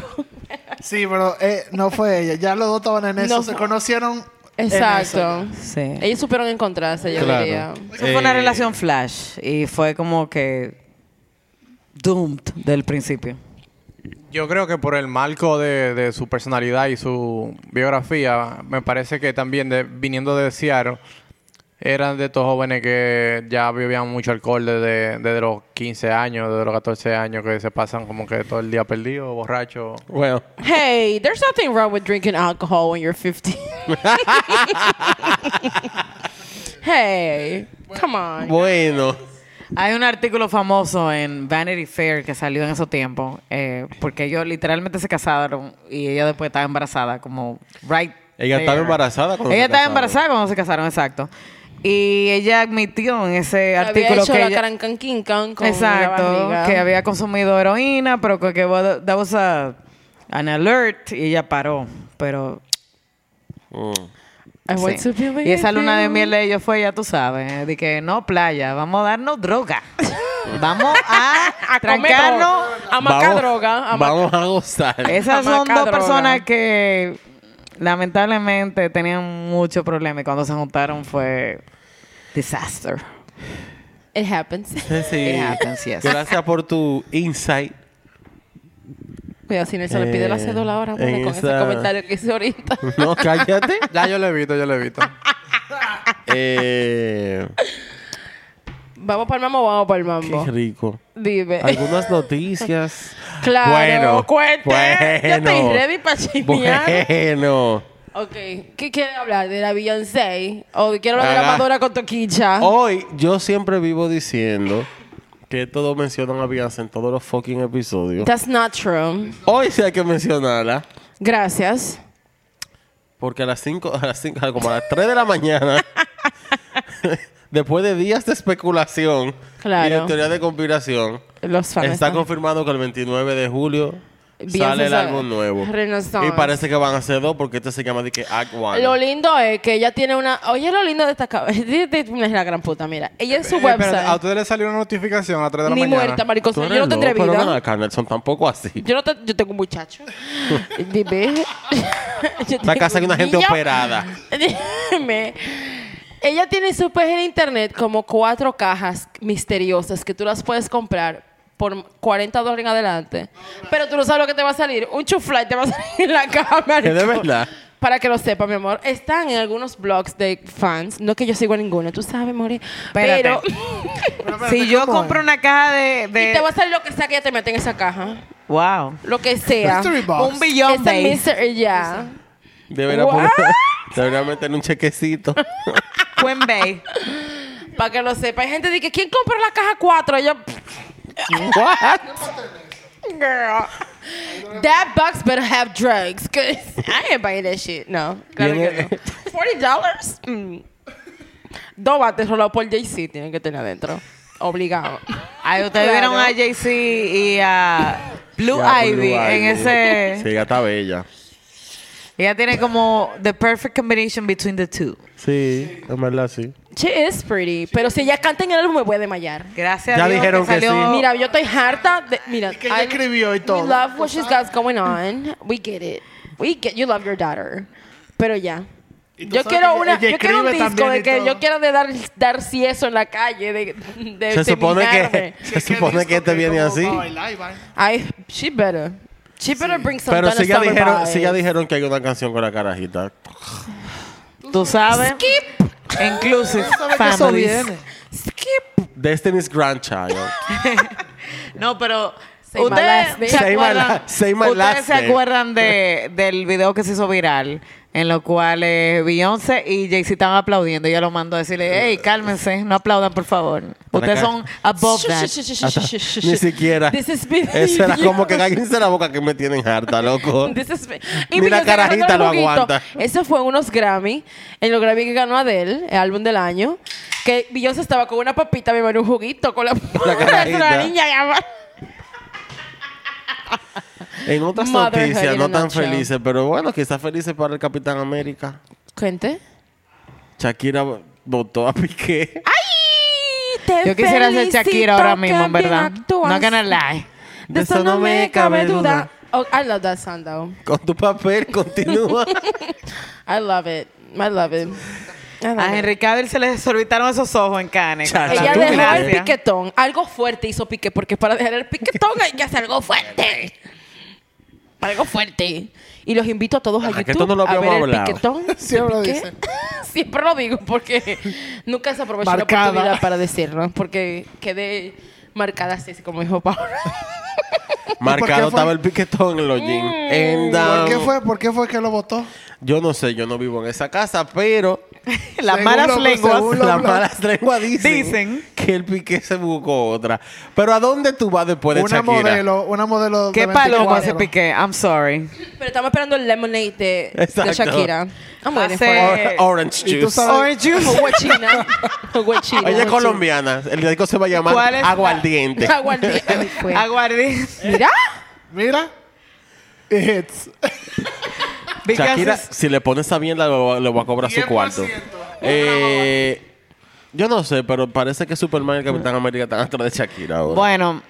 Sí, pero eh, no fue ella. Ya los dos estaban en eso.
No
se
fue-
conocieron. en eso.
Exacto.
Sí.
Ellos supieron encontrarse, yo
Claro.
diría.
Eso fue una
Eh,
relación flash y fue como que doomed del principio.
Yo creo que por el marco de, de su personalidad y su biografía, me parece que también de- viniendo de Seattle, eran de estos jóvenes que ya bebían mucho alcohol desde, desde los 15 años, desde los 14 años, que se pasan como que todo el día perdido, borracho.
Bueno,
Hey, there's nothing wrong with drinking alcohol when you're 15. hey, come on.
bueno.
Hay un artículo famoso en Vanity Fair que salió en esos tiempos, eh, porque ellos literalmente se casaron y ella después estaba embarazada, como right.
Ella estaba
there.
embarazada cuando se
Ella estaba
casaron.
embarazada cuando se casaron, exacto. Y ella admitió en ese
Había
artículo
hecho
que
la
ella-
carancanquincan con la
Exacto,
barriga.
que había consumido heroína, pero que, que wa- that was a- an alert y ella paró, pero
Mm.
I want
Sí.
to be with
Y esa luna de
you.
miel de ellos fue, ya tú sabes, eh, de que no playa, vamos a darnos droga. vamos a,
A comer
trancarnos.
droga, a macar droga, a macar-
vamos a gozar.
Esas
A
son
macar
dos
droga.
personas que lamentablemente tenían mucho problema y cuando se juntaron fue disaster.
It happens.
Sí.
It happens, yes.
Gracias por tu insight.
Cuidado, si no se le pide la
Eh,
cédula ahora,
en
mole, con
esa-
ese comentario que hice ahorita.
No, cállate.
Ya yo lo evito, yo lo evito.
Eh,
Vamos para el mambo, vamos para el mambo.
qué rico.
Dime.
Algunas noticias.
Claro,
Bueno,
cuente. Yo
bueno.
estoy ready para chismear.
Bueno.
Ok, ¿qué quiere hablar? ¿De la Beyoncé? ¿O quiero hablar de la
Haga- Oh.
Madonna con Toquicha?
Hoy yo siempre vivo diciendo que todos mencionan a Beyoncé en todos los fucking episodios.
That's not true.
Hoy sí hay que mencionarla.
Gracias.
Porque a las 5, a las 5, como a las 3 de la mañana, después de días de especulación y de
Claro.
teoría de conspiración,
Los fans.
está
están-
confirmado que el 29 de julio
Beyoncé
sale el
sale-
álbum nuevo.
Renaissance.
Y parece que van a ser dos porque este se llama de que Act One.
Lo lindo es que ella tiene una. Oye, lo lindo de esta cabeza. Es la gran puta, mira. Ella en su
Eh, espérate, ¿A
website.
ustedes les salió una notificación a las 3 de la
Ni
mañana?
muerta, maricón.
Tú
Yo
eres
no tendré
loco, Pero
vida.
nada, Carnelson, tampoco así.
Yo, no te- yo tengo un muchacho. Dime.
Esta casa hay una gente operada.
Dime. Ella tiene en su página de internet como cuatro cajas misteriosas que tú las puedes comprar por 40 dólares en adelante. Pero tú no sabes lo que te va a salir. Un chuflay te va a salir en la caja,
de
marico.
verdad.
Para que lo sepa, mi amor. Están en algunos blogs de fans. No que yo sigo a ninguno, tú sabes, Mori.
Espérate.
Pero...
si yo compro una caja de... de-
y te va a salir lo que sea que ella te mete en esa caja.
Wow.
Lo que sea.
Mystery box.
Un billón
Ese
base.
mystery- ya.
Debería,
What?
poner, debería meter un chequecito.
Buen bay.
Para que lo sepa. Hay gente que dice, ¿quién compra la caja 4? Yo,
What?
girl. That box better have drugs. Cause I ain't buying that shit. No. Claro que
Viene-
no. $40? Mm. Dos bates rolados por JC tienen que tener adentro. Obligado.
Ay, ustedes
Claro.
vieron a Jay-Z y a Blue
Ya,
Ivy
Blue
en
Ivy.
ese.
Sí, ya está bella.
Ella tiene como the perfect combination between the two.
Sí, en verdad sí.
She is pretty. Pero si ella canta en el álbum, me voy a desmayar.
Gracias
Ya
a Dios
dijeron que
salió.
sí.
Mira, yo estoy harta de. Mira,
Oh. que ella
I-
escribió y todo.
We love what she's got going on. We get it. We get. You love your daughter. Pero ya.
Y tú
Yo
sabes
quiero
que
una.
ella- ella
Yo quiero un
escribe
disco
también
de
y
que
todo.
yo quiero de dar dar si eso en la calle de de
Se supone
terminarme.
que, se supone que este viene así.
Ay, she better. She better bring some.
Pero
Donna
si ya,
Summer
dijeron,
vibes.
si ya dijeron que hay una canción con la carajita.
Tú sabes. Inclusive
Eso
families.
viene.
Skip.
Destiny's Grandchild.
No, pero.
Say my
¿Ustedes
last name.
se
Say my
acuerdan,
la- say my
¿ustedes
last
se
name.
acuerdan de, del video que se hizo viral en los cuales Beyoncé y Jay-Z estaban aplaudiendo. Ella lo mandó a decirle, hey, cálmense, no aplaudan, por favor. Ustedes
acá.
son above that.
Hasta- ni siquiera.
This is me.
Eso era como que cállense la boca que me tienen harta, loco.
This is me.
Ni la
Beyoncé ganó
carajita
el
lo
juguito.
aguanta.
Eso fue en unos Grammy, en los Grammy que ganó Adele, el álbum del año, que Beyoncé estaba con una papita, me mandó un juguito con la, es una
carajita.
niña, mi amor.
En otras
Motherhood
noticias,
in a
no tan
nutshell.
felices, pero bueno, quizás felices para el Capitán América.
Gente.
Shakira votó a Piqué.
¡Ay! Te
Yo quisiera ser
felicito,
Shakira ahora
qué
mismo, en
bien
verdad.
actúas.
No gonna lie.
De eso no me cabe duda. Oh, I love that song, though.
Con tu papel, continúa.
I love it. I love it. I love
A
it.
Henry Cavill se le desorbitaron esos ojos en canes.
Chacho,
Ella
Tú
dejó el
crees. ¿eh?
piquetón. Algo fuerte hizo Piqué, porque para dejar el piquetón hay que hacer algo fuerte. Algo fuerte. Y los invito a todos a
Ajá, que
YouTube
esto no lo
a ver
habíamos
el
hablado.
piquetón. de
Siempre lo
Piqué.
dice.
Siempre lo digo, porque nunca se aprovechó
Marcada.
la oportunidad para decirlo, porque quedé marcada así, así como dijo Paola.
Marcado
¿Por qué fue? Mm.
estaba el piquetón en los jeans. And,
¿Por qué
um,
fue? ¿Por qué fue que lo votó?
Yo no sé, yo no vivo en esa casa, pero
Las
Según
malas
lo-
lenguas.
según lo-
las malas lenguas dicen,
Dicen.
que el piqué se buscó otra. Pero ¿a dónde tú vas después de
Una
Shakira?
modelo, una modelo
Qué
de
palomo
24.
ese piqué. I'm sorry.
Pero estamos esperando el lemonade de, de
Exacto.
Shakira. I'm waiting for
Hace-
it.
Or- orange
Eh, ¿Y tú
juice.
sabes?
Orange juice.
Huachina. Huachina.
Oye,
Huachina.
colombiana, el disco se va a
¿Cuál
llamar
es?
Aguardiente.
Aguardiente. Ay, fue.
Aguardí.
Mira.
Mira. Hits.
Because
Shakira,
it's-
si le pones a bien, la- lo, va a cobrar su cuarto. Eh, yo no sé, pero parece que Superman y el Capitán América están atrás de Shakira ahora.
Bueno,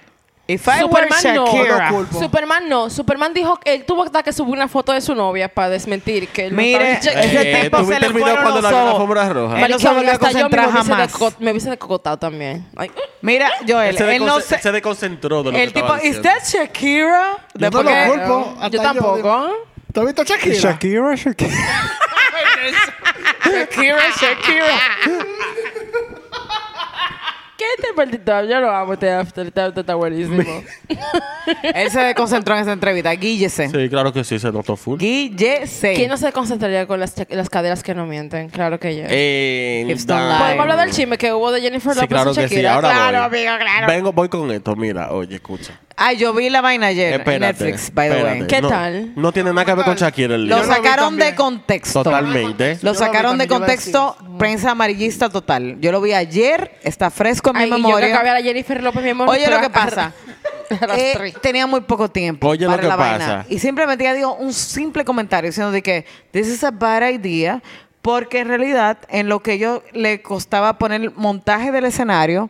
if I were
Superman no.
Shakira.
No culpo.
Superman no. Superman dijo que él tuvo hasta que subir una foto de su novia para desmentir que él no
Mire,
estaba en Shakira.
ese
Eh,
tipo
¿tú
se
viste
le
el video
fueron
cuando
los
la vio en la
ojos.
alfombra roja?
Él no se
Marica,
volvió a
hasta yo me
concentrar
hubiese
jamás.
deco- me hubiese decocotado también. Ay,
Mira,
él,
Joel,
se
él no
desconce-
se...
se desconcentró de lo
El
que
tipo,
estaba
¿is
diciendo.
that Shakira?
Yo no
Después
lo
que-
culpo.
yo
hasta
tampoco.
digo, ¿Tú has visto Shakira?
Shakira, Shakira.
Shakira, Shakira.
¿Qué te maldito? Yo lo amo este after. Este after está buenísimo.
Él se desconcentró en esa entrevista. Guíllese.
Sí, claro que sí, se notó full.
Guíllese.
¿Quién no se concentraría con las, cha- las caderas que no mienten? Claro que yo.
Eh,
Hips
da-
don't lie.
Podemos hablar del chisme que hubo de Jennifer
Sí,
López
claro
y
que
Shakira.
sí, ahora
claro,
voy.
amigo, claro.
Vengo, voy con esto, mira, oye, escucha.
Ay, yo vi la vaina ayer en
Espérate,
Netflix, by the
espérate.
way.
¿Qué
No-
tal?
No tiene nada que ver con Shakira el
Lo
libro.
Yo la vi
sacaron de
también.
contexto.
Totalmente.
Lo
Yo la vi
sacaron de
también, yo iba a Mm.
contexto, prensa amarillista total. Yo lo vi ayer, está fresco en mi
Ay, yo que acabé a
memoria.
la Jennifer López, mi amor.
Oye, lo que
arra-
pasa.
arra-
eh,
arrastré.
tenía muy poco tiempo
Oye, lo
para
que
la
pasa.
vaina. Y simplemente ella dio un simple comentario diciendo de que this is a bad idea porque en realidad en lo que yo le costaba poner el montaje del escenario,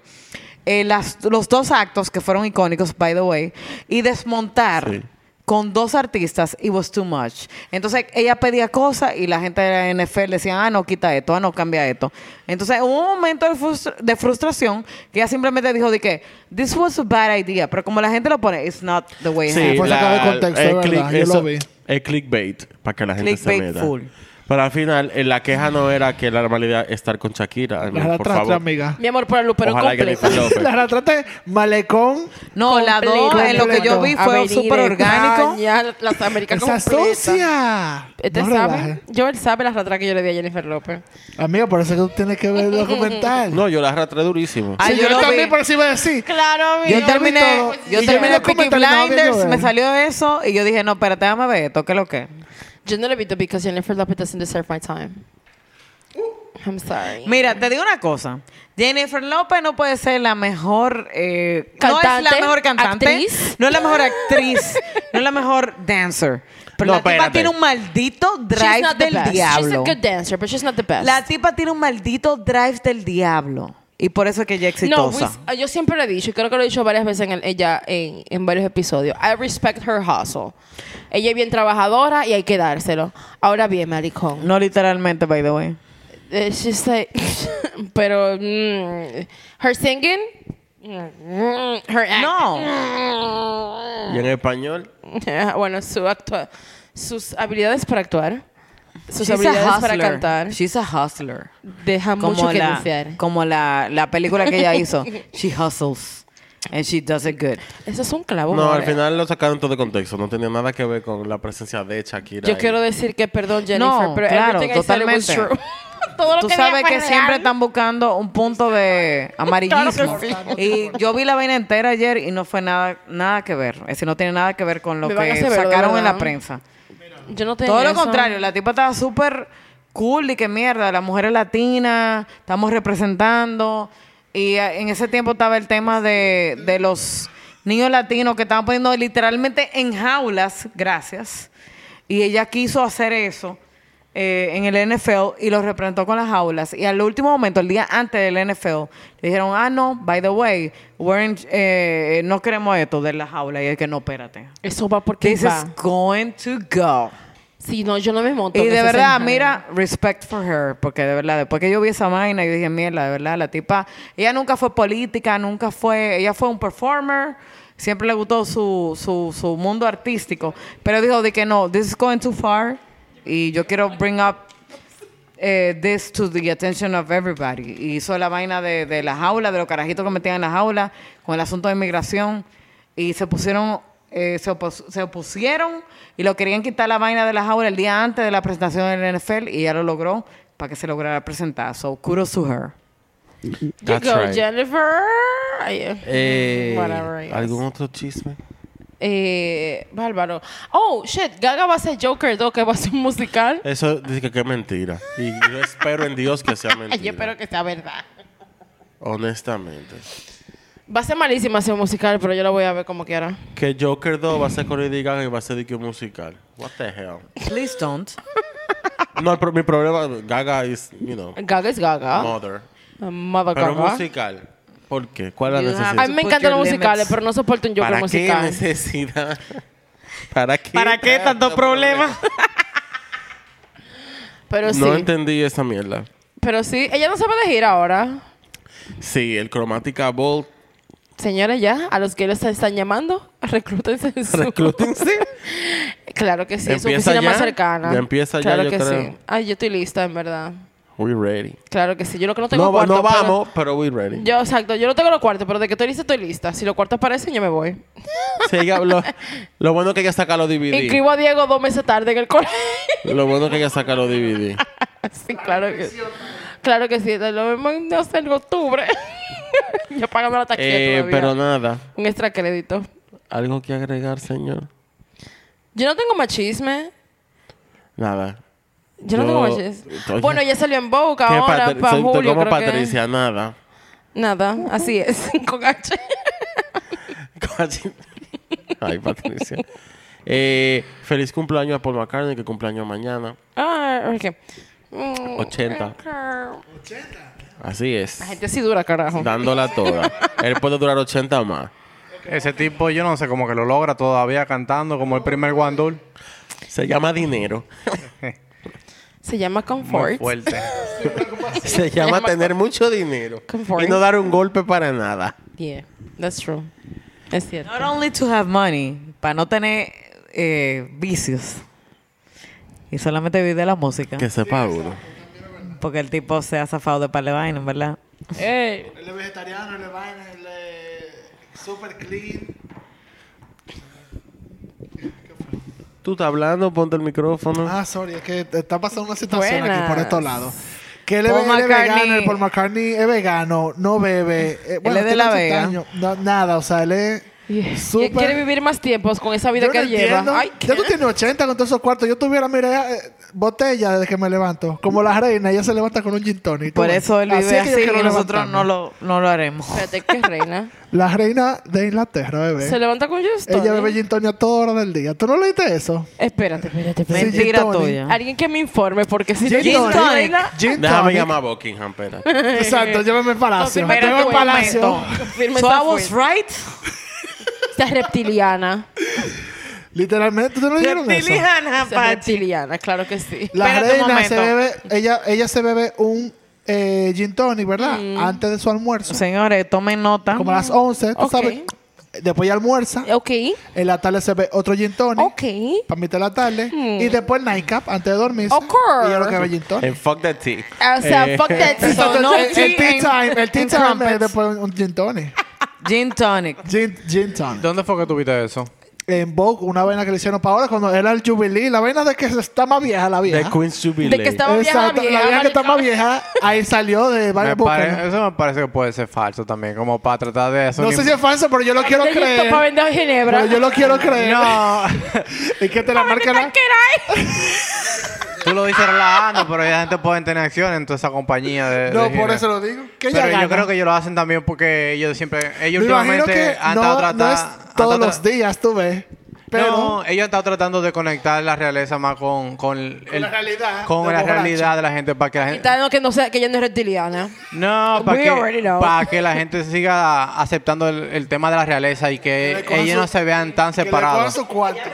eh, las- los dos actos que fueron icónicos, by the way, y desmontar
Sí.
con dos artistas, it was too much. Entonces ella pedía cosas y la gente de la NFL decía, ah, no, quita esto, ah, no, cambia esto. Entonces hubo un momento de, frustra- de frustración que ella simplemente dijo de que, this was a bad idea, pero como la gente lo pone, it's not the way it happened.
fue sacado de contexto,
el
es verdad, yo lo
eso
vi.
Es clickbait para que la gente se
Clickbait
meta.
full.
Pero al final, eh, la queja no era que la normalidad es estar con Shakira. hermano,
La
por
retrasé,
favor.
amiga.
Mi amor, por el pero
Ojalá que le
completo.
López.
La retrasé. Malecón.
No, la dos,
Completo.
en lo que yo vi fue
Avenida,
súper orgánico.
España, las Américas
Esa
completas.
socia.
Este
No
sabe,
relajes.
Joel sabe las ratas que yo le di a Jennifer López.
Amiga, por eso que tú tienes que ver el documental.
No, yo la arrastré durísimo.
Ah,
Sí,
yo
yo,
lo
también
vi.
por eso iba a decir.
Claro, pues,
Yo
vi
terminé,
todo.
yo
Y yo vi
terminé
los
Peaky
comentarios, no,
Blinders,
viendo,
me
eh.
salió eso y yo dije, no, espérate, déjame ver esto, ¿qué es lo que?
Yo no le he visto because Jennifer López doesn't deserve my time. I'm sorry.
Mira, te digo una cosa. Jennifer López no puede ser la mejor eh, No es
Cantante,
la mejor cantante.
actriz.
No es la mejor actriz. no es la mejor dancer. Pero
No,
la tipa
espérate.
tiene un maldito
she's
drive
not the
del
best. She's a
diablo.
good dancer, but she's not the best.
La tipa tiene un maldito drive del diablo. Y por eso es que ella es
no,
exitosa.
res- yo siempre lo he dicho, y creo que lo he dicho varias veces en el- ella en, en varios episodios. I respect her hustle. Ella es bien trabajadora y hay que dárselo. Ahora bien, maricón.
no literalmente, by the way.
Eh, she's like, pero mm, her singing, mm, her act-
No.
Y en español,
bueno, su actua- sus habilidades para actuar, sus
She's a
habilidades para
hustler.
cantar,
She's a hustler.
dejan mucho que
la,
desear.
Como la, la película que ella hizo. She hustles. And she does it good.
Eso es un clavo.
No, al
madre.
final lo sacaron todo de contexto. No tenía nada que ver con la presencia de Shakira.
Yo
ahí.
quiero decir que perdón, Jennifer,
No,
pero
claro,
everything I said was
totalmente.
true. Todo lo
Tú
que
sabes
dije fue
que siempre
real.
están buscando un punto de amarillismo. Y yo vi la vaina entera ayer y no fue nada nada que ver. Es decir, no tiene nada que ver con lo
Me van a
que
hacer ver,
sacaron en
¿verdad?
la prensa.
Yo no tenía
Todo lo
eso.
contrario, la tipa estaba súper cool y que mierda, la mujer es latina, estamos representando. Y eh, en ese tiempo estaba el tema de, de los niños latinos que estaban poniendo literalmente en jaulas, gracias. Y ella quiso hacer eso eh, en el NFL y lo representó con las jaulas. Y al último momento, el día antes del NFL, le dijeron, ah, no, by the way, we're in- eh, no queremos esto de las jaulas. Y es que no, espérate.
Eso va porque
This is
va.
going to go.
Si no, yo no me monto.
Y
en
de
ese
verdad,
semejante.
mira, respect for her, porque de verdad, después que yo vi esa vaina, yo dije, mierda, de verdad, la tipa, ella nunca fue política, nunca fue, ella fue un performer, siempre le gustó su, su, su mundo artístico, pero dijo de que no, this is going too far, y yo quiero bring up eh, this to the attention of everybody. Y hizo la vaina de, de la jaula, de los carajitos que metían en la jaula, con el asunto de inmigración. Y se pusieron, eh, se, opus- se opusieron y lo querían quitar la vaina de la jaula el día antes de la presentación del NFL y ya lo logró para que se lograra presentar. So, kudos to her.
You
That's
go,
right.
Jennifer. Ay,
Eh,
Mm, whatever, yes.
¿Algún otro chisme?
Eh, bárbaro. Oh, shit, Gaga va a ser Joker 2, que va a ser un musical.
Eso dice que, que es mentira. Y yo espero en Dios que sea mentira.
Yo espero que sea verdad.
Honestamente.
Va a ser malísima ese musical, pero yo la voy a ver como quiera.
Que Joker 2 va a ser con Lady Gaga y va a ser de que un musical. What the hell?
Please don't.
No, el pro- mi problema, Gaga is, you know,
Gaga es Gaga. Eh,
mother.
Mother
Pero
¿Ah? Gaga. Ah,
musical. ¿Por qué? ¿Cuál es
You
la
have-
A mí
necesidad?
me
Put
encantan los
your
musicales,
limits.
pero no soporto un Joker
¿Para qué
musical.
necesidad? ¿Para qué?
¿Para qué tanto problema?
Pero sí.
No entendí esa mierda.
Pero sí, ella no se va de gira ahora.
Sí, el Chromatica Ball.
Señores, ya, a los que les están llamando, reclútense. en su-
Reclútense.
Claro que sí, es su
Empieza
oficina más
ya.
cercana.
Ya empieza ya,
claro
yo
que
creo.
sí. Ay, yo estoy lista, en verdad.
We ready.
Claro que sí. Yo lo que no tengo
No, va-
cuarto.
no
pero-
vamos, pero we ready.
Yo, exacto. Yo no tengo los cuartos, pero de que estoy lista, estoy lista. Si los cuartos aparecen, yo me voy.
Sí, ella- lo, lo bueno que ella saca los DVD.
Inscribo a Diego dos meses tarde en el colegio.
Lo bueno que ella saca los DVD.
sí, claro que Claro que sí. Lo mismo no sé, en octubre. yo pagando la taquilla
Eh,
todavía.
pero nada.
Un extra crédito.
¿Algo que agregar, señor?
Yo no tengo machisme.
Nada.
Yo, no
Yo-
tengo machisme.
Entonces-
Bueno, ya salió en Boca
¿Qué
ahora,
Patri-
para
soy-
julio.
como
creo que-
Patricia, nada.
Nada, así es. Con H.
Casi- Ay, Patricia. Eh, feliz cumpleaños a Paul McCartney, que cumpleaños mañana.
Ah, ok. Mm,
80.
ok.
Así es.
La gente así dura, carajo.
Dándola toda. Él puede durar 80 más.
Ese tipo, yo no sé, como que lo logra todavía cantando como el primer guandul.
Se llama dinero.
Se llama
Muy
Comfort.
fuerte.
Se llama tener mucho dinero.
Confort.
Y no dar un golpe para nada.
Yeah, that's true. Es cierto.
Not only to have money, para no tener eh, vicios. Y solamente vivir de la música.
Que sepa uno.
Porque el tipo se ha zafado de par de vainas, ¿verdad?
Ey,
Él es vegetariano, él es vaina, él es super clean.
Tú estás hablando, ponte el micrófono.
Ah, sorry, es que está pasando una situación
Buenas.
aquí por estos lados. Que él, es-
Paul
él es
McCartney.
vegano, el Paul McCartney es vegano, no bebe. eh,
es de
tiene
La
80
Vega.
años, no- nada, o sea, él es
yeah.
súper...
Quiere vivir más tiempos con esa vida
Yo
que
no
lleva.
entiendo.
Ay,
ya tú tienes 80 con todos esos cuartos. Yo tuviera, mira, eh, botella desde que me levanto. Como la reina, ella se levanta con un gin tonic.
Por
Tú ves.
eso él
Así
vive
es que yo
así
quiero
y nosotros
levantarme.
no lo, no lo haremos.
espérate, que reina.
La reina de Inglaterra, bebé.
Se levanta con Justin.
Ella bebe gin tonic a toda hora del día. ¿Tú no leíste eso?
Espérate, espérate, espérate.
Sí,
Mentira
Tony.
tuya.
Alguien que me informe, porque si
Gin
yo soy
tonic.
reina,
Gin
Déjame
tonic.
llamar a Buckingham, espera.
Exacto, llévame al palacio.
Confirma que
Llévame al
voy a
palacio.
momento. Confirma
So
esa
I was
fuente.
right.
Esta es reptiliana.
Literalmente, ¿tú no leyeron eso?
Esta es reptiliana, claro que sí.
La
Espérate un
reina se
momento.
bebe, ella, ella se bebe un eh, gin tonic, ¿verdad? Antes de su almuerzo.
Señores, tomen nota.
Como a las 11, tú
Ok.
sabes. Después ya almuerza.
Ok,
En la tarde se ve otro gin tonic.
ok.
Para mitad de la tarde. Y después nightcap antes de dormirse.
Of
Y
course.
ya lo que ve gin tonic.
And fuck that tea.
Eh.
O sea, fuck that.
So
Entonces,
no
el, el
tea
tea
and-
time, el tea
and
time
crumpets.
es después un, un gin tonic.
Gin Tonic.
Gin, gin tonic.
¿Dónde fue que tuviste eso?
En Vogue, una vaina que le hicieron para ahora, cuando era el Jubilee, la vaina de que se está más vieja la
De
vieja.
Queen's Jubilee.
De que estaba vieja,
Exacto,
vieja,
la vieja que
marica.
está más vieja, ahí salió de
Me
Vale
pare-
Booker.
Eso me parece que puede ser falso también, como para tratar de hacer
No
un
sé
im-
si es falso, pero yo lo quiero
De Egipto
creer.
para vender ginebra.
Pero yo lo quiero creer. No. es que te la marca la...
Tú lo dices relajando, pero ya la gente puede tener acción en toda esa compañía de.
No,
de
por
gira.
eso lo digo. Que ella
Pero yo
gana.
creo que ellos lo hacen también porque ellos siempre. Ellos
Me imagino
últimamente
que
han
no,
estado
no
tratando.
es
han estado
todos
tra-
los días, tú ves. Pero
No, ellos han estado tratando de conectar la realeza más con, con, el-
la realidad
con
del
la
borracho.
realidad de la gente para que la gente.
Quitando que no sea, que ella no es reptiliana.
No, para
We already
que,
know.
pa' que la gente siga aceptando el, el tema de la realeza y que
le cojan
ellos
su-
no se vean tan
que le cojan
separados.
su cuarto.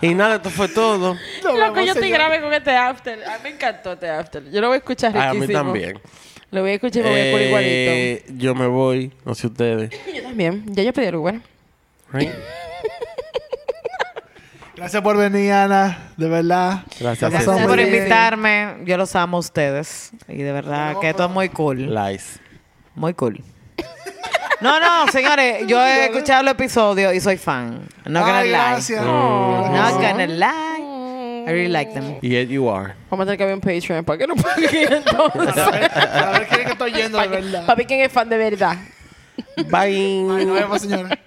Y nada, esto fue todo.
No,
Loco,
vamos,
yo estoy
señor.
grave con este after. A mí me encantó este after. Yo lo voy a escuchar
Ay, a mí
riquísimo.
también.
Lo voy a escuchar y me voy a poner igualito.
Eh, yo me voy, no sé ustedes.
Yo también. Ya yo pedí el Uber.
Right?
Gracias por venir, Ana. De verdad.
Gracias.
Gracias
Gracias
Son
por
muy
invitarme. Yo los amo a ustedes. Y de verdad que esto es muy cool.
Lies.
Muy cool. No, no, señores. Yo he escuchado el episodio y soy fan. No gonna
Ay,
lie.
gracias.
Not gonna lie. I really like them.
Y yet you are.
Vamos a tener que ver un Patreon para que no paguen entonces.
A ver quién es que estoy yendo, de verdad.
Papi, ¿quién es fan de verdad?
Bye.
Nos vemos, señores.